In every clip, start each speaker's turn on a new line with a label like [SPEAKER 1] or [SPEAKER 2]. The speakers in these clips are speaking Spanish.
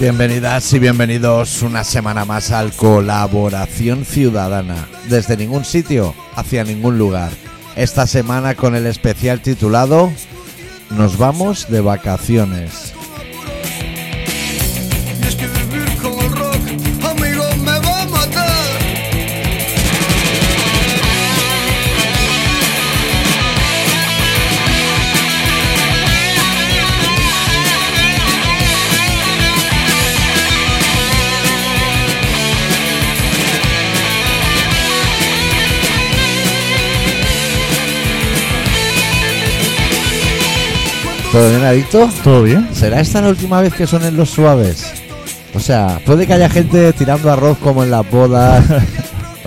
[SPEAKER 1] Bienvenidas y bienvenidos una semana más al Colaboración Ciudadana, desde ningún sitio hacia ningún lugar. Esta semana con el especial titulado Nos vamos de vacaciones.
[SPEAKER 2] Y es que vivir con el rock, amigo, me va a matar.
[SPEAKER 1] ¿Todo bien, Adicto?
[SPEAKER 3] ¿Todo bien?
[SPEAKER 1] ¿Será esta la última vez que sonen los suaves? O sea, puede que haya gente tirando arroz como en las bodas,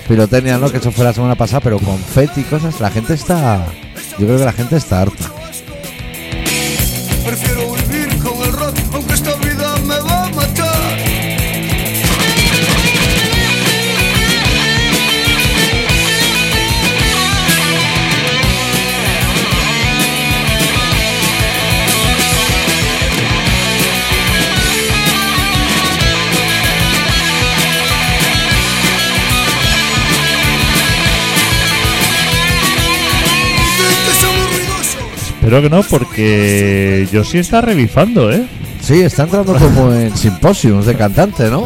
[SPEAKER 1] pirotecnia, ¿no? Que eso fue la semana pasada, pero confeti y cosas. La gente está... Yo creo que la gente está harta.
[SPEAKER 2] Prefiero vivir con el rock, aunque esta vida me va a matar. Ustedes son aburridosos.
[SPEAKER 3] Espero que no, porque yo sí está revifando, ¿eh?
[SPEAKER 1] Sí, está entrando como en simposiums de cantante, ¿no?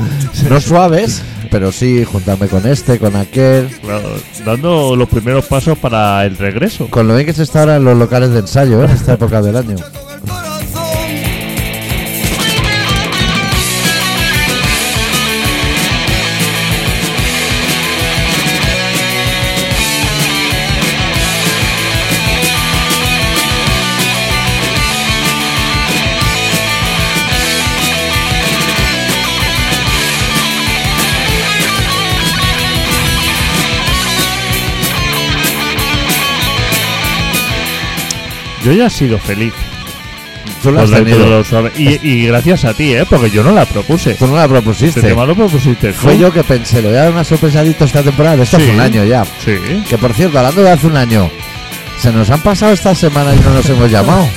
[SPEAKER 1] No suaves, pero sí, juntarme con este, con aquel.
[SPEAKER 3] Claro, Dando los primeros pasos para el regreso.
[SPEAKER 1] Con lo bien que se está ahora en los locales de ensayo, ¿eh? en esta época del año.
[SPEAKER 2] Con el corazón.
[SPEAKER 3] Yo ya he sido feliz.
[SPEAKER 1] Tú lo has
[SPEAKER 3] con Pues la- con
[SPEAKER 1] tenido.
[SPEAKER 3] lo suave. Y, y gracias a ti, ¿eh? Porque yo no la propuse.
[SPEAKER 1] Tú no la
[SPEAKER 3] Este
[SPEAKER 1] propusiste.
[SPEAKER 3] tema lo propusiste. tú.
[SPEAKER 1] Fue yo que pensé, le voy a dar una sorpresa a Adicto esta temporada. Esto
[SPEAKER 3] Sí.
[SPEAKER 1] hace un año ya.
[SPEAKER 3] Sí.
[SPEAKER 1] Que por cierto, hablando de hace un año, se nos han pasado esta semana y no nos hemos llamado.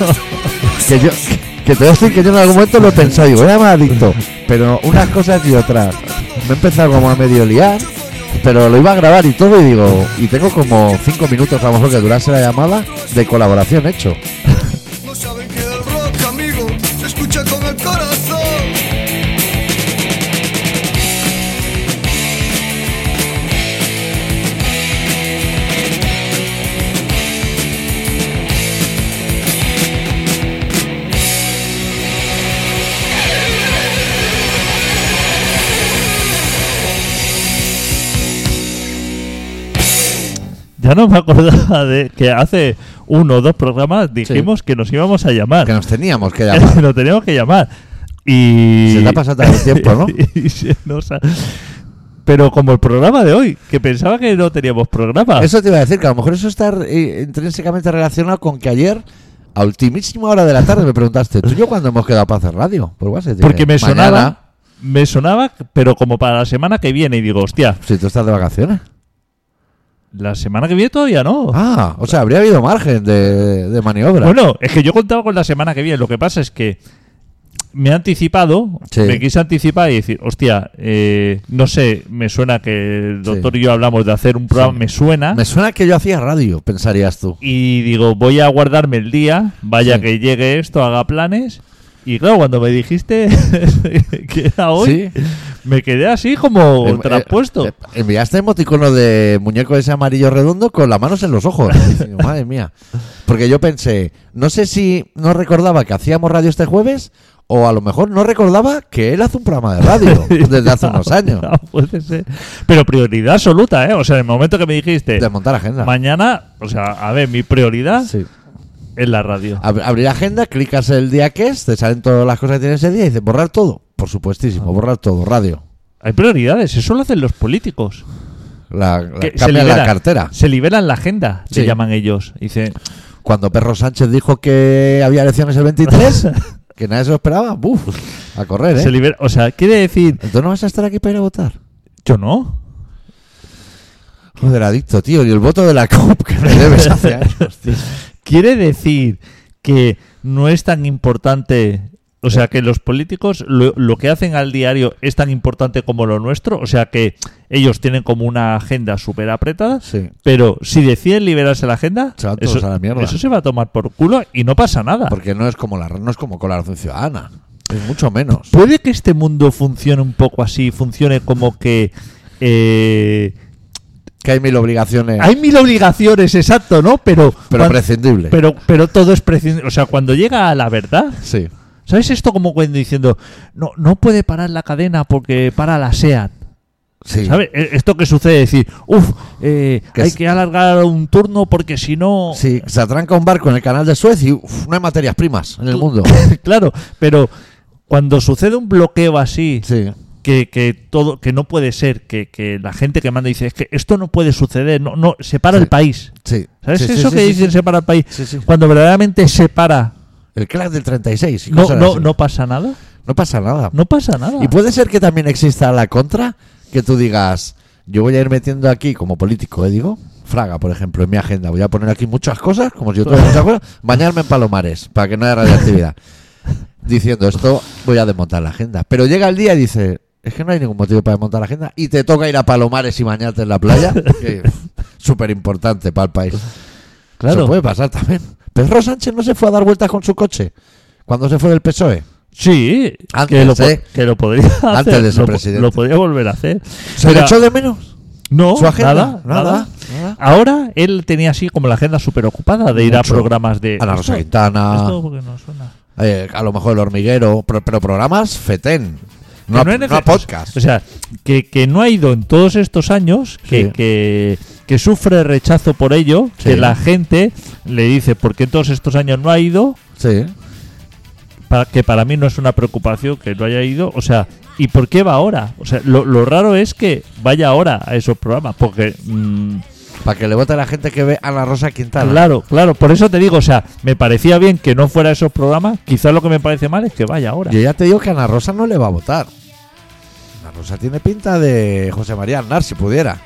[SPEAKER 1] que yo. Que te voy a decir que yo en algún momento lo he pensado, digo, voy a llamar a adicto, pero unas cosas y otras. Me he empezado como a medio liar, pero lo iba a grabar y todo, y digo, y tengo como cinco minutos a lo mejor que durase la llamada de colaboración hecho.
[SPEAKER 2] No saben que el rock, amigo, se escucha con el corazón.
[SPEAKER 3] Ya no me acordaba de que hace uno o dos programas dijimos que nos íbamos a llamar.
[SPEAKER 1] Que nos teníamos que
[SPEAKER 3] Que
[SPEAKER 1] llamar.
[SPEAKER 3] nos teníamos que llamar. Y.
[SPEAKER 1] Se te ha pasado tanto tiempo, ¿no?
[SPEAKER 3] y se nos ha- Pero como el programa de hoy, que pensaba que no teníamos programa.
[SPEAKER 1] Eso te iba a decir, que a lo mejor eso está eh, intrínsecamente relacionado con que ayer, a ultimísima hora de la tarde, me preguntaste, ¿tú y yo cuándo hemos quedado para hacer radio? Pues Por WhatsApp. Dije,
[SPEAKER 3] Porque me
[SPEAKER 1] "Mañana".
[SPEAKER 3] sonaba. Me sonaba, pero como para la semana que viene. Y digo, hostia,
[SPEAKER 1] Si tú estás de vacaciones.
[SPEAKER 3] la semana que viene todavía no.
[SPEAKER 1] Ah, o sea, habría habido margen de, de maniobra.
[SPEAKER 3] Oh. bueno, es que yo contaba con la semana que viene. Lo que pasa es que me he anticipado,
[SPEAKER 1] Sí.
[SPEAKER 3] me quise anticipar y decir, hostia, eh, no sé, me suena que el doctor y yo hablamos de hacer un programa,
[SPEAKER 1] Sí.
[SPEAKER 3] me suena.
[SPEAKER 1] Me suena que yo hacía radio, pensarías tú.
[SPEAKER 3] Y digo, voy a guardarme el día, vaya
[SPEAKER 1] Sí.
[SPEAKER 3] que llegue esto, haga planes. Y claro, cuando me dijiste que era hoy,
[SPEAKER 1] Sí.
[SPEAKER 3] me quedé así como
[SPEAKER 1] Em-
[SPEAKER 3] traspuesto.
[SPEAKER 1] eh, eh, enviaste emoticono de muñeco ese amarillo redondo con las manos en los ojos. Digo, Madre mía. Porque yo pensé, no sé si no recordaba que hacíamos radio este jueves o a lo mejor no recordaba que él hace un programa de radio desde hace unos años.
[SPEAKER 3] No, puede ser. Pero prioridad absoluta, ¿eh? O sea, en el momento que me dijiste,
[SPEAKER 1] De montar agenda.
[SPEAKER 3] mañana, o sea, a ver, mi prioridad
[SPEAKER 1] Sí.
[SPEAKER 3] es la radio.
[SPEAKER 1] Ab- abrir agenda, clicas el día que es, te salen todas las cosas que tienes ese día y dices, borrar todo. Por
[SPEAKER 3] Ah.
[SPEAKER 1] supuestísimo, borrar todo, radio.
[SPEAKER 3] Hay prioridades, eso lo hacen los políticos.
[SPEAKER 1] La, la-
[SPEAKER 3] Que
[SPEAKER 1] cambia la
[SPEAKER 3] liberan-
[SPEAKER 1] cartera.
[SPEAKER 3] Se liberan la agenda,
[SPEAKER 1] Sí.
[SPEAKER 3] le llaman ellos. Dicen,
[SPEAKER 1] Cuando Perro Sánchez dijo que había elecciones el 23, que nadie se lo esperaba, ¡buf! A correr,
[SPEAKER 3] se
[SPEAKER 1] ¿eh?
[SPEAKER 3] libera, o sea, quiere decir,
[SPEAKER 1] Entonces no vas a estar aquí para ir a votar.
[SPEAKER 3] yo no.
[SPEAKER 1] Joder, adicto, tío. Y el voto de la COP que me debes hace años, tío.
[SPEAKER 3] ¿Quiere decir que no es tan importante O sea, que los políticos lo, lo que hacen al diario es tan importante como lo nuestro. O sea, que ellos tienen como una agenda súper apretada.
[SPEAKER 1] Sí.
[SPEAKER 3] Pero si deciden liberarse la agenda,
[SPEAKER 1] Se van todos
[SPEAKER 3] eso,
[SPEAKER 1] a la mierda.
[SPEAKER 3] eso se va a tomar por culo y no pasa nada.
[SPEAKER 1] Porque no es como la no es como colaboración ciudadana. Es mucho menos.
[SPEAKER 3] ¿Puede que este mundo funcione un poco así? Funcione como que eh,
[SPEAKER 1] Que hay mil obligaciones,
[SPEAKER 3] hay mil obligaciones, exacto, ¿no? Pero,
[SPEAKER 1] Eh. pero
[SPEAKER 3] cuan-
[SPEAKER 1] prescindible.
[SPEAKER 3] pero, pero todo es prescindible. O sea, cuando llega a la verdad,
[SPEAKER 1] sí.
[SPEAKER 3] ¿sabes esto como cuando diciendo, no, no puede parar la cadena porque para la SEAT?
[SPEAKER 1] Sí.
[SPEAKER 3] ¿Sabes? E- Esto que sucede, decir, uff,
[SPEAKER 1] Que
[SPEAKER 3] hay
[SPEAKER 1] es-
[SPEAKER 3] que alargar un turno porque si no...
[SPEAKER 1] Sí, se atranca un barco en el canal de Suez y uf, no hay materias primas en el mundo.
[SPEAKER 3] claro, pero cuando sucede un bloqueo así,
[SPEAKER 1] Sí.
[SPEAKER 3] que, que todo que no puede ser que, que la gente que manda dice es que esto no puede suceder no no separa
[SPEAKER 1] Sí.
[SPEAKER 3] el país
[SPEAKER 1] Sí.
[SPEAKER 3] sabes
[SPEAKER 1] Sí, sí,
[SPEAKER 3] eso
[SPEAKER 1] sí,
[SPEAKER 3] que
[SPEAKER 1] sí,
[SPEAKER 3] dicen
[SPEAKER 1] sí.
[SPEAKER 3] separa el país
[SPEAKER 1] Sí, sí.
[SPEAKER 3] cuando verdaderamente separa
[SPEAKER 1] El crack del 36. y
[SPEAKER 3] no
[SPEAKER 1] cosas
[SPEAKER 3] no
[SPEAKER 1] así.
[SPEAKER 3] no pasa nada
[SPEAKER 1] No pasa nada.
[SPEAKER 3] no pasa nada
[SPEAKER 1] Y puede ser que también exista la contra, que tú digas, yo voy a ir metiendo aquí como político, ¿eh? digo, Fraga, por ejemplo, en mi agenda, voy a poner aquí muchas cosas, como si yo tuviera muchas cosas, bañarme en palomares, para que no haya radioactividad. Diciendo esto, voy a desmontar la agenda. Pero llega el día y dice, es que no hay ningún motivo para desmontar la agenda, y te toca ir a palomares y bañarte en la playa, que es súper importante para el país.
[SPEAKER 3] claro
[SPEAKER 1] Eso puede pasar también. Pedro Sánchez no se fue a dar vueltas con su coche cuando se fue del PSOE.
[SPEAKER 3] sí
[SPEAKER 1] Antes,
[SPEAKER 3] que, lo, po-
[SPEAKER 1] ¿eh?
[SPEAKER 3] que lo podría
[SPEAKER 1] Antes
[SPEAKER 3] hacer,
[SPEAKER 1] de ser
[SPEAKER 3] lo po-
[SPEAKER 1] presidente.
[SPEAKER 3] lo podría volver a hacer
[SPEAKER 1] ¿Se le
[SPEAKER 3] Mira,
[SPEAKER 1] echó de menos?
[SPEAKER 3] no
[SPEAKER 1] su agenda?
[SPEAKER 3] nada, nada
[SPEAKER 1] nada.
[SPEAKER 3] ahora él tenía así como la agenda súper ocupada de ir
[SPEAKER 1] Mucho.
[SPEAKER 3] a programas de
[SPEAKER 1] Ana Rosa
[SPEAKER 3] esto,
[SPEAKER 1] Quintana,
[SPEAKER 3] esto porque no suena
[SPEAKER 1] eh, a lo mejor El Hormiguero, pro- pero, programas FETEN, no,
[SPEAKER 3] Que
[SPEAKER 1] a-
[SPEAKER 3] es
[SPEAKER 1] no a
[SPEAKER 3] necesario. Pues
[SPEAKER 1] podcast.
[SPEAKER 3] O sea, que, que no ha ido en todos estos años, que,
[SPEAKER 1] Sí.
[SPEAKER 3] que, que sufre rechazo por ello, que
[SPEAKER 1] Sí.
[SPEAKER 3] la gente le dice, ¿por qué en todos estos años no ha ido?
[SPEAKER 1] Sí,
[SPEAKER 3] Para, que para mí no es una preocupación que no haya ido. O sea, ¿y por qué va ahora? O sea, lo, lo raro es que vaya ahora a esos programas, porque... mm,
[SPEAKER 1] para que le vote la gente que ve a Ana Rosa Quintana.
[SPEAKER 3] Claro, claro, por eso te digo, o sea, me parecía bien que no fuera a esos programas, quizás lo que me parece mal es que vaya ahora.
[SPEAKER 1] Yo ya te digo que Ana Rosa no le va a votar. Ana Rosa tiene pinta de José María Aznar, si pudiera.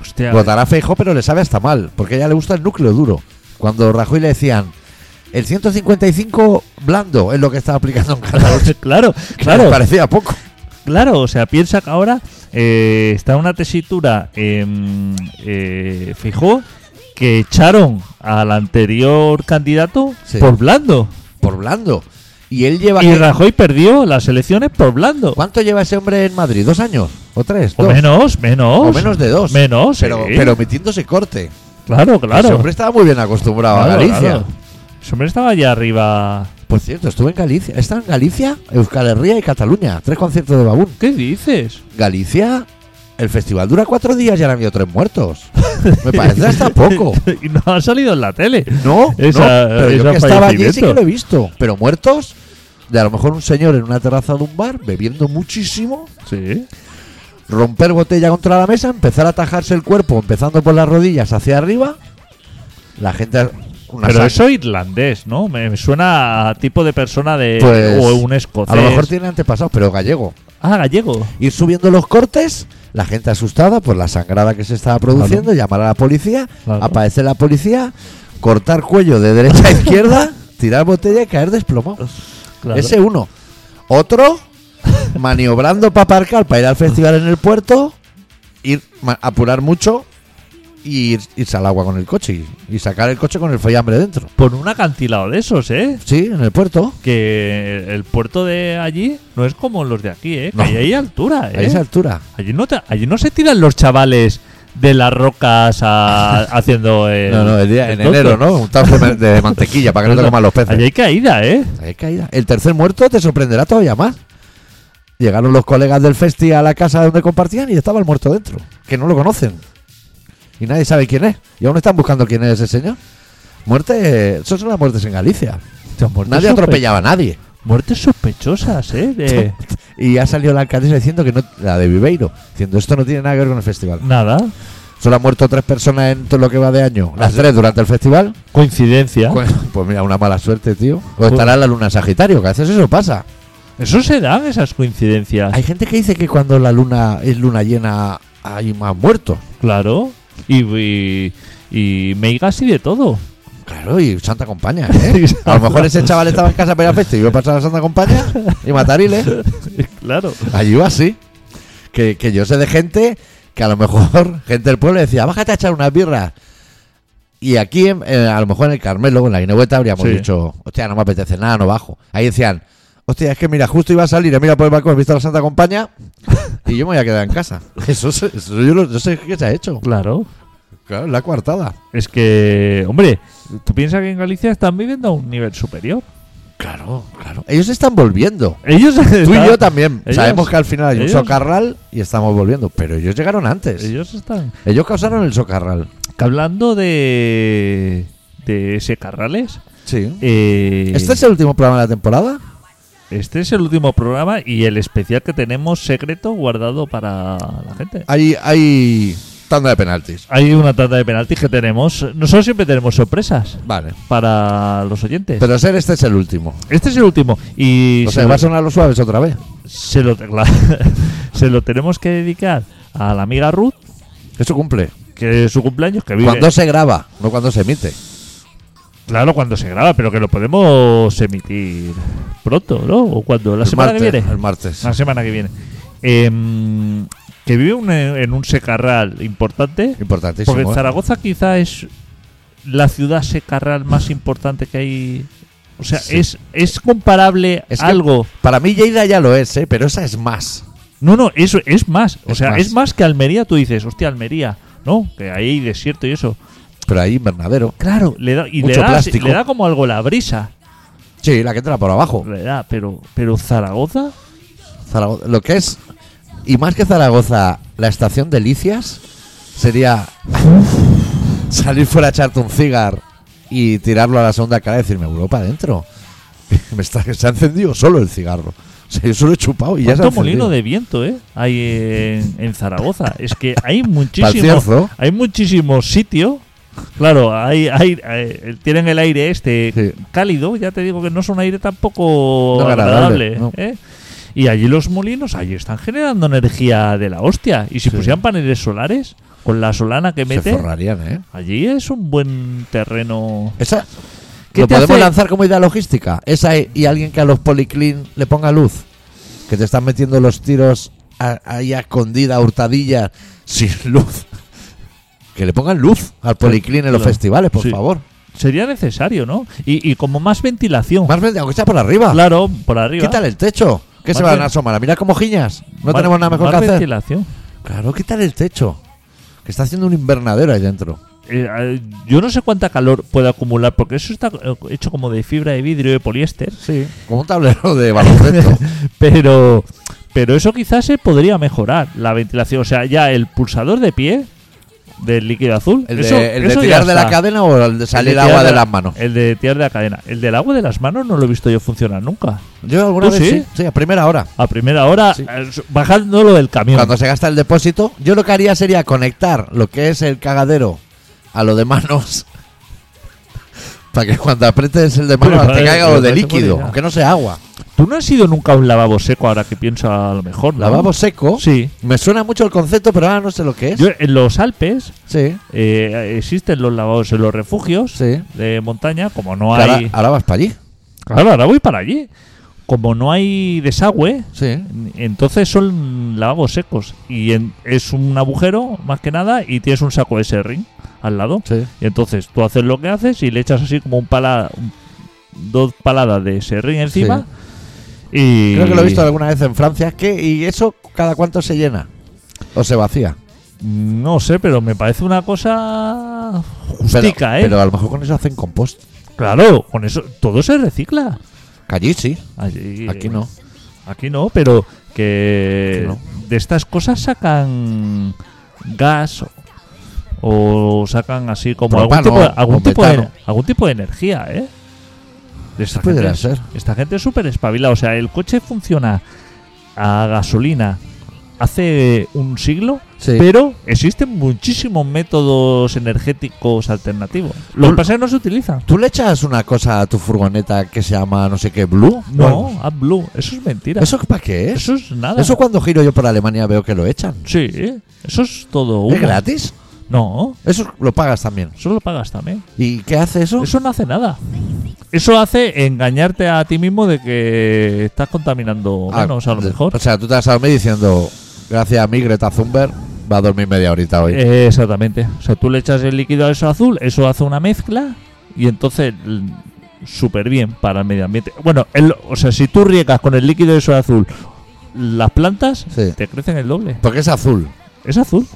[SPEAKER 3] Hostia,
[SPEAKER 1] Votará Feijo, pero le sabe hasta mal, porque a ella le gusta el núcleo duro. Cuando Rajoy le decían, el 155 blando es lo que está aplicando en Cataluña.
[SPEAKER 3] claro,
[SPEAKER 1] que les
[SPEAKER 3] claro.
[SPEAKER 1] Parecía poco.
[SPEAKER 3] Claro, o sea, piensa que ahora eh, está una tesitura, em, eh, fijó, que echaron al anterior candidato
[SPEAKER 1] Sí.
[SPEAKER 3] por blando.
[SPEAKER 1] Por blando. Y él lleva...
[SPEAKER 3] Y Rajoy perdió las elecciones por blando.
[SPEAKER 1] ¿Cuánto lleva ese hombre en Madrid? ¿Dos años? ¿O tres?
[SPEAKER 3] O
[SPEAKER 1] ¿Dos?
[SPEAKER 3] menos, menos.
[SPEAKER 1] O menos de dos.
[SPEAKER 3] Menos,
[SPEAKER 1] Pero,
[SPEAKER 3] sí.
[SPEAKER 1] pero metiéndose corte.
[SPEAKER 3] Claro, claro.
[SPEAKER 1] Ese hombre estaba muy bien acostumbrado
[SPEAKER 3] Claro,
[SPEAKER 1] a Galicia.
[SPEAKER 3] claro. Ese hombre estaba allá arriba.
[SPEAKER 1] Por cierto, estuve en Galicia. Estaba en Galicia, Euskal Herria y Cataluña. Tres conciertos de Babún.
[SPEAKER 3] ¿Qué dices?
[SPEAKER 1] Galicia, el festival dura cuatro días y ahora han habido tres muertos. Me parece hasta poco.
[SPEAKER 3] y no ha salido en la tele.
[SPEAKER 1] No,
[SPEAKER 3] Esa-
[SPEAKER 1] no, pero
[SPEAKER 3] esa
[SPEAKER 1] yo que estaba allí sí que
[SPEAKER 3] fallecimiento.
[SPEAKER 1] lo he visto. Pero muertos, de a lo mejor un señor en una terraza de un bar bebiendo muchísimo
[SPEAKER 3] Sí.
[SPEAKER 1] romper botella contra la mesa, empezar a atajarse el cuerpo, empezando por las rodillas hacia arriba. La gente. Una
[SPEAKER 3] Pero
[SPEAKER 1] sa-
[SPEAKER 3] eso irlandés, ¿no? Me, me suena a tipo de persona de.
[SPEAKER 1] pues,
[SPEAKER 3] eh, o un escocés.
[SPEAKER 1] A lo mejor tiene antepasados, pero gallego.
[SPEAKER 3] Ah, gallego.
[SPEAKER 1] Ir subiendo los cortes, la gente asustada por la sangrada que se estaba produciendo, llamar a la policía,
[SPEAKER 3] Claro.
[SPEAKER 1] aparecer la policía, cortar cuello de derecha a izquierda, tirar botella y caer desplomado.
[SPEAKER 3] Claro.
[SPEAKER 1] Ese uno. Otro, maniobrando para aparcar, para ir al festival en el puerto, ir ma- apurar mucho y ir- irse al agua con el coche y, y sacar el coche con el follambre dentro.
[SPEAKER 3] Por un acantilado de esos, ¿eh?
[SPEAKER 1] Sí, en el puerto.
[SPEAKER 3] Que el puerto de allí no es como los de aquí, ¿eh? Que
[SPEAKER 1] No.
[SPEAKER 3] ahí hay altura, ¿eh?
[SPEAKER 1] A esa altura.
[SPEAKER 3] allí, no te- allí no se tiran los chavales de las rocas a- haciendo. el-
[SPEAKER 1] No, no, el día,
[SPEAKER 3] el
[SPEAKER 1] en
[SPEAKER 3] tonto.
[SPEAKER 1] enero, ¿no? Un tarro de, de mantequilla para que no te coman los peces.
[SPEAKER 3] Eh, Allí hay caída, ¿eh?
[SPEAKER 1] Ahí caída. El tercer muerto te sorprenderá todavía más. Llegaron los colegas del festi a la casa donde compartían y estaba el muerto dentro, que no lo conocen. Y nadie sabe quién es. Y aún están buscando quién es ese señor. Muerte, eso son las muertes en Galicia.
[SPEAKER 3] Hostia, muertes
[SPEAKER 1] Nadie
[SPEAKER 3] sospe-
[SPEAKER 1] atropellaba a nadie.
[SPEAKER 3] Muertes sospechosas, ¿eh? De-
[SPEAKER 1] Y ha salido la alcaldesa diciendo que no, la de Viveiro, diciendo esto no tiene nada que ver con el festival.
[SPEAKER 3] nada.
[SPEAKER 1] Solo han muerto tres personas en todo lo que va de año. Las tres durante el festival.
[SPEAKER 3] Coincidencia.
[SPEAKER 1] Pues, pues mira, una mala suerte, tío. O estará la luna en Sagitario, que a veces eso pasa.
[SPEAKER 3] Eso se dan esas coincidencias.
[SPEAKER 1] Hay gente que dice que cuando la luna es luna llena hay más muertos.
[SPEAKER 3] Claro. Y, y, y meigas y de todo.
[SPEAKER 1] Claro, y Santa Compaña, ¿eh?
[SPEAKER 3] Sí,
[SPEAKER 1] A lo mejor ese chaval estaba en casa para ir a festa y iba a pasar a Santa Compaña y matarile.
[SPEAKER 3] claro.
[SPEAKER 1] Allí va así. Que, que yo sé de gente que a lo mejor, gente del pueblo decía, bájate a echar unas birras. Y aquí, en- eh, a lo mejor en el Carmelo, en la Guinehueta, habríamos
[SPEAKER 3] Sí.
[SPEAKER 1] dicho, hostia, no me apetece nada, no bajo. Ahí decían, hostia, es que mira, justo iba a salir, he mirado por el balcón, he visto a la Santa Compañía y yo me voy a quedar en casa. Eso, es- eso yo, lo- yo sé que se ha hecho.
[SPEAKER 3] Claro.
[SPEAKER 1] Claro, la coartada.
[SPEAKER 3] Es que, hombre, tú piensas que en Galicia están viviendo a un nivel superior.
[SPEAKER 1] Claro, claro. Ellos están volviendo.
[SPEAKER 3] Ellos
[SPEAKER 1] Tú y yo también.
[SPEAKER 3] ellos-
[SPEAKER 1] Sabemos que al final hay un
[SPEAKER 3] ellos-
[SPEAKER 1] socarral y estamos volviendo. Pero ellos llegaron antes.
[SPEAKER 3] Ellos están.
[SPEAKER 1] Ellos causaron el socarral.
[SPEAKER 3] Que hablando de. de ese Carrales.
[SPEAKER 1] Sí.
[SPEAKER 3] eh,
[SPEAKER 1] ¿Este es el último programa de la temporada?
[SPEAKER 3] este es el último programa y el especial que tenemos secreto guardado para la gente.
[SPEAKER 1] Hay, hay tanda de penaltis.
[SPEAKER 3] Hay una tanda de penaltis que tenemos. Nosotros siempre tenemos sorpresas
[SPEAKER 1] Vale.
[SPEAKER 3] para los oyentes.
[SPEAKER 1] Pero ser este es el último.
[SPEAKER 3] este es el último. Y
[SPEAKER 1] O
[SPEAKER 3] se
[SPEAKER 1] sea,
[SPEAKER 3] lo-
[SPEAKER 1] va a sonar los suaves otra vez.
[SPEAKER 3] se lo, se lo tenemos que dedicar a la amiga Ruth,
[SPEAKER 1] Eso cumple.
[SPEAKER 3] que es su cumpleaños, que vive.
[SPEAKER 1] Cuando se graba, no cuando se emite.
[SPEAKER 3] Claro, cuando se graba, pero que lo podemos emitir pronto, ¿no? O cuando, la
[SPEAKER 1] el
[SPEAKER 3] semana
[SPEAKER 1] martes,
[SPEAKER 3] que viene. Ah.
[SPEAKER 1] El martes.
[SPEAKER 3] La semana que viene. Em, que vive un- en un secarral importante.
[SPEAKER 1] Importantísimo.
[SPEAKER 3] Porque
[SPEAKER 1] ¿eh?
[SPEAKER 3] Zaragoza quizá es la ciudad secarral más importante que hay. O sea,
[SPEAKER 1] Sí.
[SPEAKER 3] es, es comparable
[SPEAKER 1] Es que-
[SPEAKER 3] algo.
[SPEAKER 1] Para mí Lleida ya lo es, ¿eh? pero esa es más.
[SPEAKER 3] No, no, eso es más. O
[SPEAKER 1] Es
[SPEAKER 3] sea,
[SPEAKER 1] más.
[SPEAKER 3] es más que Almería. Tú dices, hostia, Almería, ¿no? Que ahí hay desierto y eso.
[SPEAKER 1] Pero ahí invernadero.
[SPEAKER 3] Claro, le da, y le
[SPEAKER 1] Mucho
[SPEAKER 3] da,
[SPEAKER 1] plástico.
[SPEAKER 3] le da como algo la brisa.
[SPEAKER 1] Sí, la que entra por abajo.
[SPEAKER 3] Le da, pero, pero Zaragoza.
[SPEAKER 1] Zaragoza- lo que es, y más que Zaragoza, la estación Delicias sería salir fuera a echarte un cigar y tirarlo a la segunda cara y decirme Europa adentro. Me está, se ha encendido solo el cigarro. O sea, yo solo he chupado y ya se ha
[SPEAKER 3] ¿Cuánto
[SPEAKER 1] encendido.
[SPEAKER 3] molino de viento, eh? Hay en, en Zaragoza. Es que hay muchísimo.
[SPEAKER 1] Palcierzo.
[SPEAKER 3] hay muchísimo sitio. Claro, hay, hay, eh, tienen el aire este
[SPEAKER 1] Sí.
[SPEAKER 3] cálido, ya te digo que no es un aire tampoco
[SPEAKER 1] No, agradable,
[SPEAKER 3] agradable.
[SPEAKER 1] no.
[SPEAKER 3] ¿eh? Y allí los molinos, allí están generando energía de la hostia. Y
[SPEAKER 1] Sí.
[SPEAKER 3] si pusieran paneles solares, con la solana que
[SPEAKER 1] Se
[SPEAKER 3] mete,
[SPEAKER 1] forrarían, ¿eh?
[SPEAKER 3] allí es un buen terreno.
[SPEAKER 1] Esa,
[SPEAKER 3] ¿Qué
[SPEAKER 1] lo
[SPEAKER 3] te
[SPEAKER 1] podemos
[SPEAKER 3] hace?
[SPEAKER 1] lanzar como idea logística. Esa e, y, y alguien que a los policlin le ponga luz. Que te están metiendo los tiros a- ahí a escondida, a hurtadillas, sin luz. Que le pongan luz al policlin en los
[SPEAKER 3] claro.
[SPEAKER 1] festivales, por
[SPEAKER 3] Sí.
[SPEAKER 1] favor.
[SPEAKER 3] Sería necesario, ¿no? Y, y como más ventilación.
[SPEAKER 1] Más vende, aunque sea por arriba.
[SPEAKER 3] claro, por arriba.
[SPEAKER 1] Quítale el techo. Que se van
[SPEAKER 3] Más
[SPEAKER 1] a
[SPEAKER 3] ven-
[SPEAKER 1] asomar. Ah, Mira como giñas. No
[SPEAKER 3] Más-
[SPEAKER 1] tenemos nada mejor
[SPEAKER 3] más
[SPEAKER 1] que hacer.
[SPEAKER 3] ventilación.
[SPEAKER 1] Claro, quítale el techo. Que está haciendo un invernadero ahí dentro.
[SPEAKER 3] Eh, eh, yo no sé cuánta calor puede acumular, porque eso está eh, hecho como de fibra de vidrio y de poliéster. Sí.
[SPEAKER 1] Como un tablero de baloncesto.
[SPEAKER 3] Pero, pero eso quizás se podría mejorar, la ventilación. O sea, ya el pulsador de pie del líquido azul.
[SPEAKER 1] El
[SPEAKER 3] eso-
[SPEAKER 1] de, el de
[SPEAKER 3] eso ya
[SPEAKER 1] tirar de la
[SPEAKER 3] está.
[SPEAKER 1] cadena o el de
[SPEAKER 3] El de
[SPEAKER 1] salir
[SPEAKER 3] tirar
[SPEAKER 1] agua de
[SPEAKER 3] la-
[SPEAKER 1] las manos.
[SPEAKER 3] El de tirar de la cadena. El del agua de las manos no lo he visto yo funcionar nunca.
[SPEAKER 1] Yo alguna
[SPEAKER 3] ¿Tú
[SPEAKER 1] vez sí?
[SPEAKER 3] sí?
[SPEAKER 1] sí, a primera hora.
[SPEAKER 3] A primera hora,
[SPEAKER 1] Sí.
[SPEAKER 3] eh, bajándolo del camión.
[SPEAKER 1] Cuando se gasta el depósito, yo lo que haría sería conectar lo que es el cagadero a lo de manos. Para que cuando apretes el de
[SPEAKER 3] Pero
[SPEAKER 1] manos te
[SPEAKER 3] parece-
[SPEAKER 1] caiga
[SPEAKER 3] pero
[SPEAKER 1] lo de
[SPEAKER 3] parece
[SPEAKER 1] líquido,
[SPEAKER 3] buena idea.
[SPEAKER 1] aunque no sea agua.
[SPEAKER 3] Tú no has ido nunca a un lavabo seco, ahora que pienso a lo mejor. ¿no?
[SPEAKER 1] Lavabo seco.
[SPEAKER 3] Sí.
[SPEAKER 1] Me suena mucho el concepto, pero ahora no sé lo que es.
[SPEAKER 3] Yo en los Alpes
[SPEAKER 1] sí,
[SPEAKER 3] Eh, existen los lavados en los refugios
[SPEAKER 1] sí.
[SPEAKER 3] de montaña, como no
[SPEAKER 1] Ahora,
[SPEAKER 3] hay.
[SPEAKER 1] ahora vas para allí.
[SPEAKER 3] Claro, ahora voy para allí. Como no hay desagüe,
[SPEAKER 1] Sí.
[SPEAKER 3] entonces son lavabos secos. Y en- es un agujero, más que nada, y tienes un saco de serrín al lado.
[SPEAKER 1] Sí.
[SPEAKER 3] Y entonces tú haces lo que haces y le echas así como un pala, un- dos paladas de serrín encima. Y
[SPEAKER 1] Creo que lo he visto alguna vez en Francia. que ¿Y eso cada cuánto se llena? ¿O se vacía?
[SPEAKER 3] No sé, pero me parece una cosa justica,
[SPEAKER 1] pero,
[SPEAKER 3] ¿eh?
[SPEAKER 1] pero a lo mejor con eso hacen compost.
[SPEAKER 3] Claro, con eso todo se recicla.
[SPEAKER 1] Que Allí sí,
[SPEAKER 3] Allí,
[SPEAKER 1] aquí
[SPEAKER 3] eh,
[SPEAKER 1] no.
[SPEAKER 3] Aquí no, pero que
[SPEAKER 1] Aquí no.
[SPEAKER 3] de estas cosas sacan gas o sacan así como
[SPEAKER 1] Propano
[SPEAKER 3] algún, tipo de,
[SPEAKER 1] o
[SPEAKER 3] algún, tipo de,
[SPEAKER 1] metano.
[SPEAKER 3] algún tipo de energía, ¿eh? De esta,
[SPEAKER 1] Pudiera
[SPEAKER 3] gente,
[SPEAKER 1] ser.
[SPEAKER 3] esta gente es súper espabilada. O sea, el coche funciona a gasolina hace un siglo,
[SPEAKER 1] Sí.
[SPEAKER 3] pero existen muchísimos métodos energéticos alternativos. Lo que
[SPEAKER 1] Ul-
[SPEAKER 3] pasa es que no se utilizan.
[SPEAKER 1] ¿Tú le echas una cosa a tu furgoneta que se llama no sé qué Blue?
[SPEAKER 3] No, AdBlue, eso es mentira.
[SPEAKER 1] ¿Eso para qué es?
[SPEAKER 3] Eso es nada.
[SPEAKER 1] Eso cuando giro yo por Alemania veo que lo echan.
[SPEAKER 3] Sí, eso es todo humo.
[SPEAKER 1] ¿Es gratis?
[SPEAKER 3] No,
[SPEAKER 1] Eso lo pagas también.
[SPEAKER 3] eso lo pagas también.
[SPEAKER 1] ¿Y qué hace eso?
[SPEAKER 3] Eso no hace nada. Eso hace engañarte a ti mismo de que estás contaminando
[SPEAKER 1] Ah,
[SPEAKER 3] menos, a lo
[SPEAKER 1] de-
[SPEAKER 3] mejor.
[SPEAKER 1] O sea, tú te vas a dormir diciendo, gracias a mí, Greta Thunberg, va a dormir media horita hoy.
[SPEAKER 3] Eh, exactamente. O sea, tú le echas el líquido a eso azul, eso hace una mezcla y entonces l- súper bien para el medio ambiente. Bueno, el- o sea, si tú riegas con el líquido de eso azul las plantas,
[SPEAKER 1] Sí.
[SPEAKER 3] te crecen el doble.
[SPEAKER 1] Porque es azul.
[SPEAKER 3] Es azul,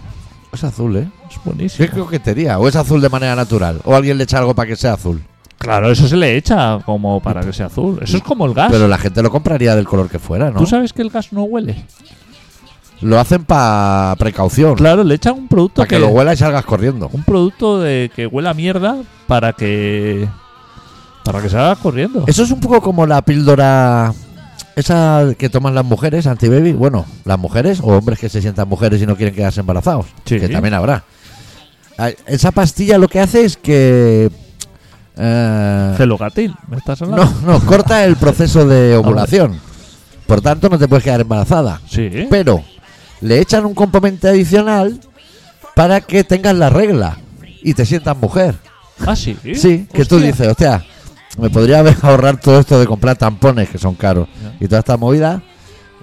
[SPEAKER 1] Es azul, ¿eh?
[SPEAKER 3] es buenísimo.
[SPEAKER 1] Qué coquetería. O es azul de manera natural. O alguien le echa algo para que sea azul.
[SPEAKER 3] Claro, eso se le echa como para que sea azul. Eso es como el gas.
[SPEAKER 1] Pero la gente lo compraría del color que fuera, ¿no?
[SPEAKER 3] Ah, ¿Tú sabes que el gas no huele?
[SPEAKER 1] Lo hacen para precaución.
[SPEAKER 3] Claro, le echan un producto
[SPEAKER 1] Para que lo huela y salgas corriendo.
[SPEAKER 3] un producto de que huela a mierda para que para que salgas corriendo.
[SPEAKER 1] Eso es un poco como la píldora esa que toman las mujeres, antibaby. Bueno, las mujeres o hombres que se sientan mujeres y no quieren quedarse embarazados.
[SPEAKER 3] Sí.
[SPEAKER 1] Que también habrá. Ah, Esa pastilla lo que hace es que... eh,
[SPEAKER 3] Celogatil, ¿me estás hablando?
[SPEAKER 1] no, no, corta el proceso de ovulación. Por tanto, no te puedes quedar embarazada.
[SPEAKER 3] Sí.
[SPEAKER 1] Pero le echan un componente adicional para que tengas la regla y te sientas mujer.
[SPEAKER 3] Ah, sí.
[SPEAKER 1] Sí, que tú
[SPEAKER 3] Hostia.
[SPEAKER 1] dices, hostia, me podría haber ahorrar todo esto de comprar tampones que son caros
[SPEAKER 3] Ya.
[SPEAKER 1] y toda esta movida,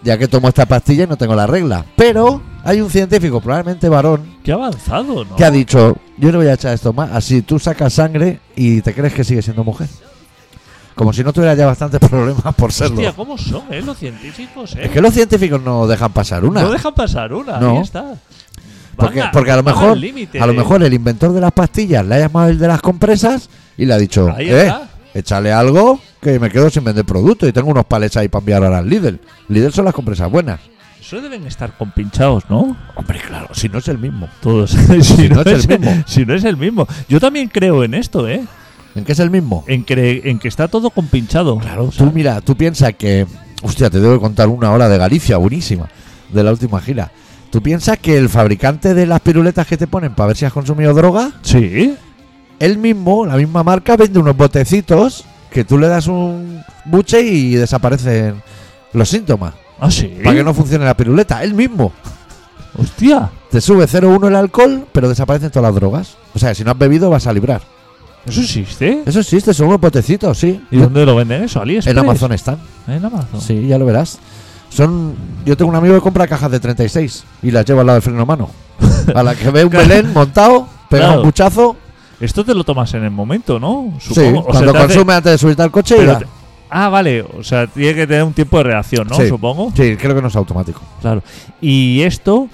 [SPEAKER 1] ya que tomo esta pastilla y no tengo la regla. Pero hay un científico, probablemente varón,
[SPEAKER 3] Qué avanzado, ¿no?
[SPEAKER 1] que ha dicho, yo no voy a echar esto más, así tú sacas sangre y te crees que sigues siendo mujer. Como si no tuviera ya bastantes problemas por serlo.
[SPEAKER 3] Hostia, ¿cómo son, eh? Los científicos, eh.
[SPEAKER 1] Es que los científicos no dejan pasar una.
[SPEAKER 3] No dejan pasar una,
[SPEAKER 1] No.
[SPEAKER 3] ahí está. Van
[SPEAKER 1] Porque,
[SPEAKER 3] a-
[SPEAKER 1] porque a lo
[SPEAKER 3] van
[SPEAKER 1] mejor
[SPEAKER 3] al límite.
[SPEAKER 1] a lo mejor el inventor de las pastillas le ha llamado el de las compresas y le ha dicho,
[SPEAKER 3] Ahí
[SPEAKER 1] eh,
[SPEAKER 3] está.
[SPEAKER 1] échale algo que me quedo sin vender producto y tengo unos palets ahí para enviar ahora al Lidl. Lidl son las compresas buenas.
[SPEAKER 3] Eso deben estar compinchados, ¿no?
[SPEAKER 1] Hombre, claro, si no es el mismo.
[SPEAKER 3] Todos.
[SPEAKER 1] Si no es el mismo.
[SPEAKER 3] Si no es el mismo. Yo también creo en esto, ¿eh?
[SPEAKER 1] ¿En qué es el mismo?
[SPEAKER 3] En que, en que está todo compinchado.
[SPEAKER 1] Claro, tú mira, tú piensas que, hostia, te debo contar una hora de Galicia, buenísima, de la última gira. ¿Tú piensas que el fabricante de las piruletas que te ponen para ver si has consumido droga
[SPEAKER 3] Sí.
[SPEAKER 1] él mismo, la misma marca, vende unos botecitos que tú le das un buche y desaparecen los síntomas.
[SPEAKER 3] Ah, sí.
[SPEAKER 1] Para que no funcione la piruleta. Él mismo.
[SPEAKER 3] Hostia.
[SPEAKER 1] Te sube 0,1 el alcohol, pero desaparecen todas las drogas. O sea, si no has bebido, vas a librar.
[SPEAKER 3] ¿Eso existe?
[SPEAKER 1] Eso existe, son unos botecitos, sí.
[SPEAKER 3] ¿Y dónde lo venden eso? ¿AliExpress?
[SPEAKER 1] En Amazon están.
[SPEAKER 3] En Amazon.
[SPEAKER 1] Sí, ya lo verás. Son. Yo tengo un amigo que compra cajas de 36 y las lleva al lado del freno a mano. A la que ve un
[SPEAKER 3] Claro.
[SPEAKER 1] Belén montado, pega
[SPEAKER 3] Claro.
[SPEAKER 1] un buchazo.
[SPEAKER 3] Esto te lo tomas en el momento, ¿no?
[SPEAKER 1] sí,
[SPEAKER 3] O sea,
[SPEAKER 1] cuando
[SPEAKER 3] te hace-
[SPEAKER 1] consume antes de subirte al coche y
[SPEAKER 3] pero
[SPEAKER 1] ya.
[SPEAKER 3] te- Ah, vale. O sea, tiene que tener un tiempo de reacción, ¿no?
[SPEAKER 1] Sí.
[SPEAKER 3] Supongo.
[SPEAKER 1] Sí, creo que no es automático.
[SPEAKER 3] Claro. Y esto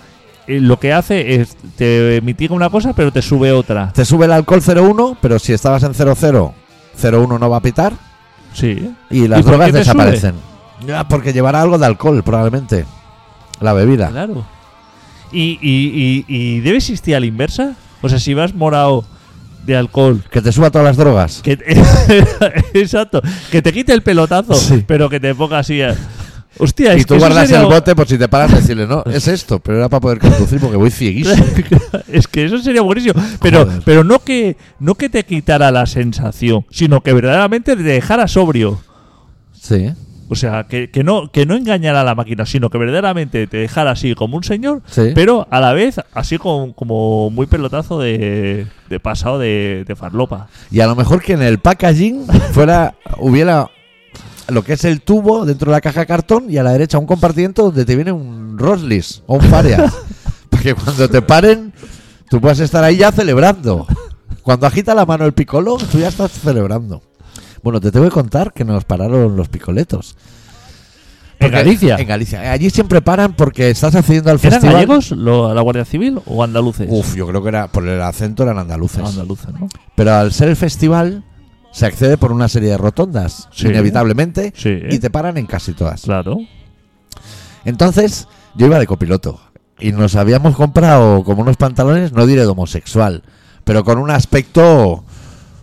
[SPEAKER 3] eh, lo que hace es te mitiga una cosa, pero te sube otra.
[SPEAKER 1] Te sube el alcohol 0,1, pero si estabas en 0,0, 0,1 no va a pitar
[SPEAKER 3] Sí.
[SPEAKER 1] y las
[SPEAKER 3] ¿Y por
[SPEAKER 1] drogas
[SPEAKER 3] qué te
[SPEAKER 1] desaparecen. Ya, porque llevará algo de alcohol, probablemente. La bebida.
[SPEAKER 3] Claro. ¿Y, y, y- y debe existir a la inversa? O sea, si vas morado de alcohol.
[SPEAKER 1] Que te suba todas las drogas.
[SPEAKER 3] Que te- exacto. Que te quite el pelotazo,
[SPEAKER 1] Sí.
[SPEAKER 3] pero que te ponga así. a- Hostia,
[SPEAKER 1] Y
[SPEAKER 3] es
[SPEAKER 1] tú
[SPEAKER 3] que eso
[SPEAKER 1] guardas
[SPEAKER 3] sería-
[SPEAKER 1] el bote por si te paras a decirle, no, es esto, pero era para poder conducir porque voy cieguísimo.
[SPEAKER 3] es que eso sería buenísimo. Pero,
[SPEAKER 1] Joder.
[SPEAKER 3] pero no que no que te quitara la sensación, sino que verdaderamente te dejara sobrio.
[SPEAKER 1] Sí,
[SPEAKER 3] O sea, que, que no, que no engañara a la máquina, sino que verdaderamente te dejara así como un señor,
[SPEAKER 1] Sí.
[SPEAKER 3] pero a la vez así como, como muy pelotazo de, de pasado de, de farlopa.
[SPEAKER 1] Y a lo mejor que en el packaging fuera, hubiera lo que es el tubo dentro de la caja de cartón y a la derecha un compartimiento donde te viene un Roslis o un Faria. para que cuando te paren, tú puedas estar ahí ya celebrando. Cuando agita la mano el picolo, tú ya estás celebrando. Bueno, te tengo que contar que nos pararon los picoletos.
[SPEAKER 3] ¿En
[SPEAKER 1] Porque-
[SPEAKER 3] Galicia?
[SPEAKER 1] En Galicia. Allí siempre paran porque estás accediendo al
[SPEAKER 3] ¿Eran
[SPEAKER 1] festival.
[SPEAKER 3] gallegos lo- la Guardia Civil o andaluces?
[SPEAKER 1] Uf, yo creo que era por el acento eran andaluces.
[SPEAKER 3] Andaluces, ¿no?
[SPEAKER 1] Pero al ser el festival, se accede por una serie de rotondas,
[SPEAKER 3] Sí.
[SPEAKER 1] inevitablemente,
[SPEAKER 3] Sí.
[SPEAKER 1] y te paran en casi todas.
[SPEAKER 3] Claro.
[SPEAKER 1] Entonces, yo iba de copiloto y nos habíamos comprado como unos pantalones, no diré de homosexual, pero con un aspecto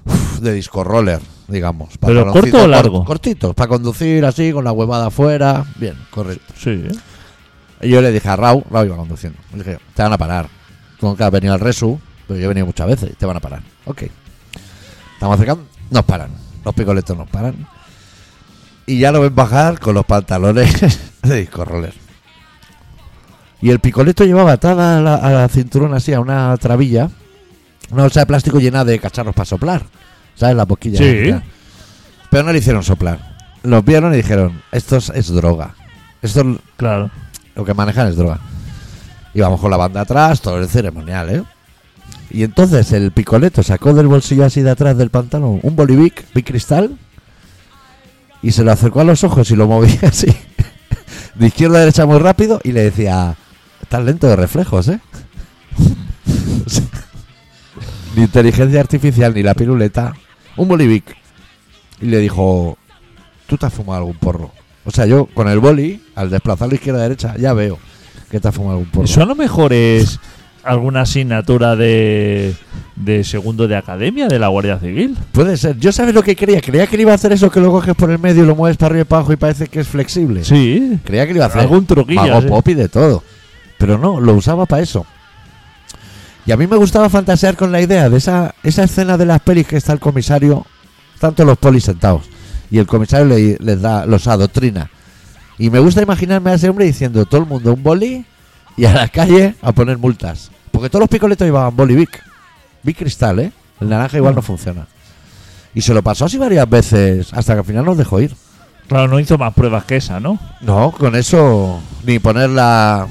[SPEAKER 1] uf, de disco roller, digamos.
[SPEAKER 3] ¿Pero corto
[SPEAKER 1] Pantaloncito
[SPEAKER 3] o
[SPEAKER 1] cor-
[SPEAKER 3] largo?
[SPEAKER 1] cortitos, para conducir así, con la huevada afuera. Bien, correcto.
[SPEAKER 3] Sí. ¿eh?
[SPEAKER 1] Y yo le dije a Raúl, Raúl iba conduciendo. Le dije, te van a parar. Tú nunca has venido al Resu, pero yo he venido muchas veces, te van a parar. Ok. Estamos acercando, nos paran. Los picoletos nos paran. Y ya lo ven bajar con los pantalones de disco roller. Y el picoleto llevaba atada a la, a la cinturón así, a una trabilla, una bolsa de plástico llena de cacharros para soplar. ¿Sabes? La boquilla.
[SPEAKER 3] Sí.
[SPEAKER 1] esta. Pero no le hicieron soplar. Los vieron y dijeron, esto es, es droga. Esto es
[SPEAKER 3] Claro.
[SPEAKER 1] lo que manejan es droga. Íbamos con la banda atrás, todo el ceremonial, ¿eh? Y entonces el picoleto sacó del bolsillo así de atrás del pantalón un bolivic bicristal y se lo acercó a los ojos y lo movía así de izquierda a derecha muy rápido y le decía, estás lento de reflejos, ¿eh? ni inteligencia artificial ni la piruleta, un bolivic. Y le dijo, tú te has fumado algún porro. O sea, yo con el boli, al desplazarlo izquierda a derecha, ya veo que te has fumado algún porro.
[SPEAKER 3] Eso a lo mejor es alguna asignatura de, de segundo de academia de la Guardia Civil.
[SPEAKER 1] Puede ser. Yo sabes lo que creía. Creía que le iba a hacer eso que lo coges por el medio y lo mueves para arriba y para abajo y parece que es flexible.
[SPEAKER 3] Sí.
[SPEAKER 1] Creía que le iba a hacer
[SPEAKER 3] Algún truquillo.
[SPEAKER 1] Mago
[SPEAKER 3] sí.
[SPEAKER 1] pop y de todo. Pero no, lo usaba para eso. Y a mí me gustaba fantasear con la idea de esa, esa escena de las pelis que está el comisario, tanto los polis sentados, y el comisario le- les da, los adoctrina. Y me gusta imaginarme a ese hombre diciendo todo el mundo un boli y a la calle a poner multas. Porque todos los picoletos llevaban boli Vic. Vic cristal, ¿eh? El naranja igual no
[SPEAKER 3] Mm.
[SPEAKER 1] funciona. Y se lo pasó así varias veces, hasta que al final nos dejó ir.
[SPEAKER 3] Claro, no hizo más pruebas que esa, ¿no?
[SPEAKER 1] No, con eso ni poner la...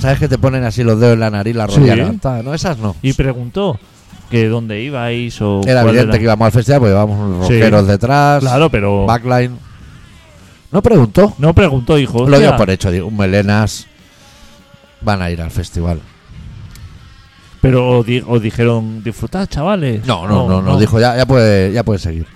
[SPEAKER 1] ¿Sabes que te ponen así los dedos en la nariz, la
[SPEAKER 3] Sí.
[SPEAKER 1] rodilla levanta? No, esas no.
[SPEAKER 3] Y preguntó que dónde ibais o.
[SPEAKER 1] Era
[SPEAKER 3] cuál
[SPEAKER 1] evidente que íbamos al festival porque llevábamos unos
[SPEAKER 3] Sí.
[SPEAKER 1] rockeros detrás,
[SPEAKER 3] Claro, pero.
[SPEAKER 1] backline. No preguntó.
[SPEAKER 3] No preguntó, hijo.
[SPEAKER 1] Lo
[SPEAKER 3] hostia.
[SPEAKER 1] dio por hecho, digo, un melenas van a ir al festival.
[SPEAKER 3] Pero os, di- os dijeron, disfrutad, chavales.
[SPEAKER 1] No, no, no, no, dijo ya, ya puede, ya puede seguir.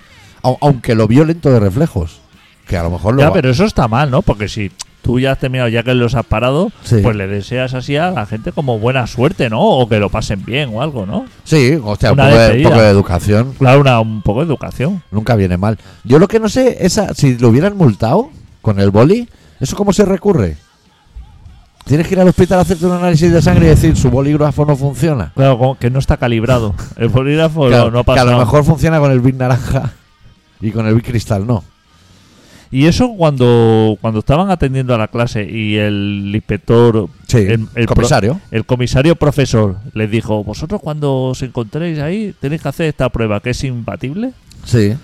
[SPEAKER 1] Au- aunque lo vio lento de reflejos, que a lo mejor lo
[SPEAKER 3] Ya,
[SPEAKER 1] va-
[SPEAKER 3] pero eso está mal, ¿no? Porque si tú ya has terminado, ya que los has parado,
[SPEAKER 1] Sí.
[SPEAKER 3] pues le deseas así a la gente como buena suerte, ¿no? O que lo pasen bien o algo, ¿no?
[SPEAKER 1] Sí, hostia, un
[SPEAKER 3] Una
[SPEAKER 1] poco de- un
[SPEAKER 3] despedida.
[SPEAKER 1] poco de educación.
[SPEAKER 3] Claro, una, un poco de educación.
[SPEAKER 1] Nunca viene mal. Yo lo que no sé es a- si lo hubieran multado con el boli, ¿eso cómo se recurre? Tienes que ir al hospital a hacerte un análisis de sangre y decir su bolígrafo no funciona.
[SPEAKER 3] Claro, como que no está calibrado. El bolígrafo
[SPEAKER 1] que, a-
[SPEAKER 3] no, no ha
[SPEAKER 1] que a
[SPEAKER 3] pasado.
[SPEAKER 1] lo mejor funciona con el Big Naranja y con el Big Cristal no.
[SPEAKER 3] Y eso cuando, cuando estaban atendiendo a la clase y el inspector,
[SPEAKER 1] Sí,
[SPEAKER 3] el, el pro-
[SPEAKER 1] comisario.
[SPEAKER 3] el comisario profesor les dijo, vosotros cuando os encontréis ahí tenéis que hacer esta prueba que es impatible.
[SPEAKER 1] Sí.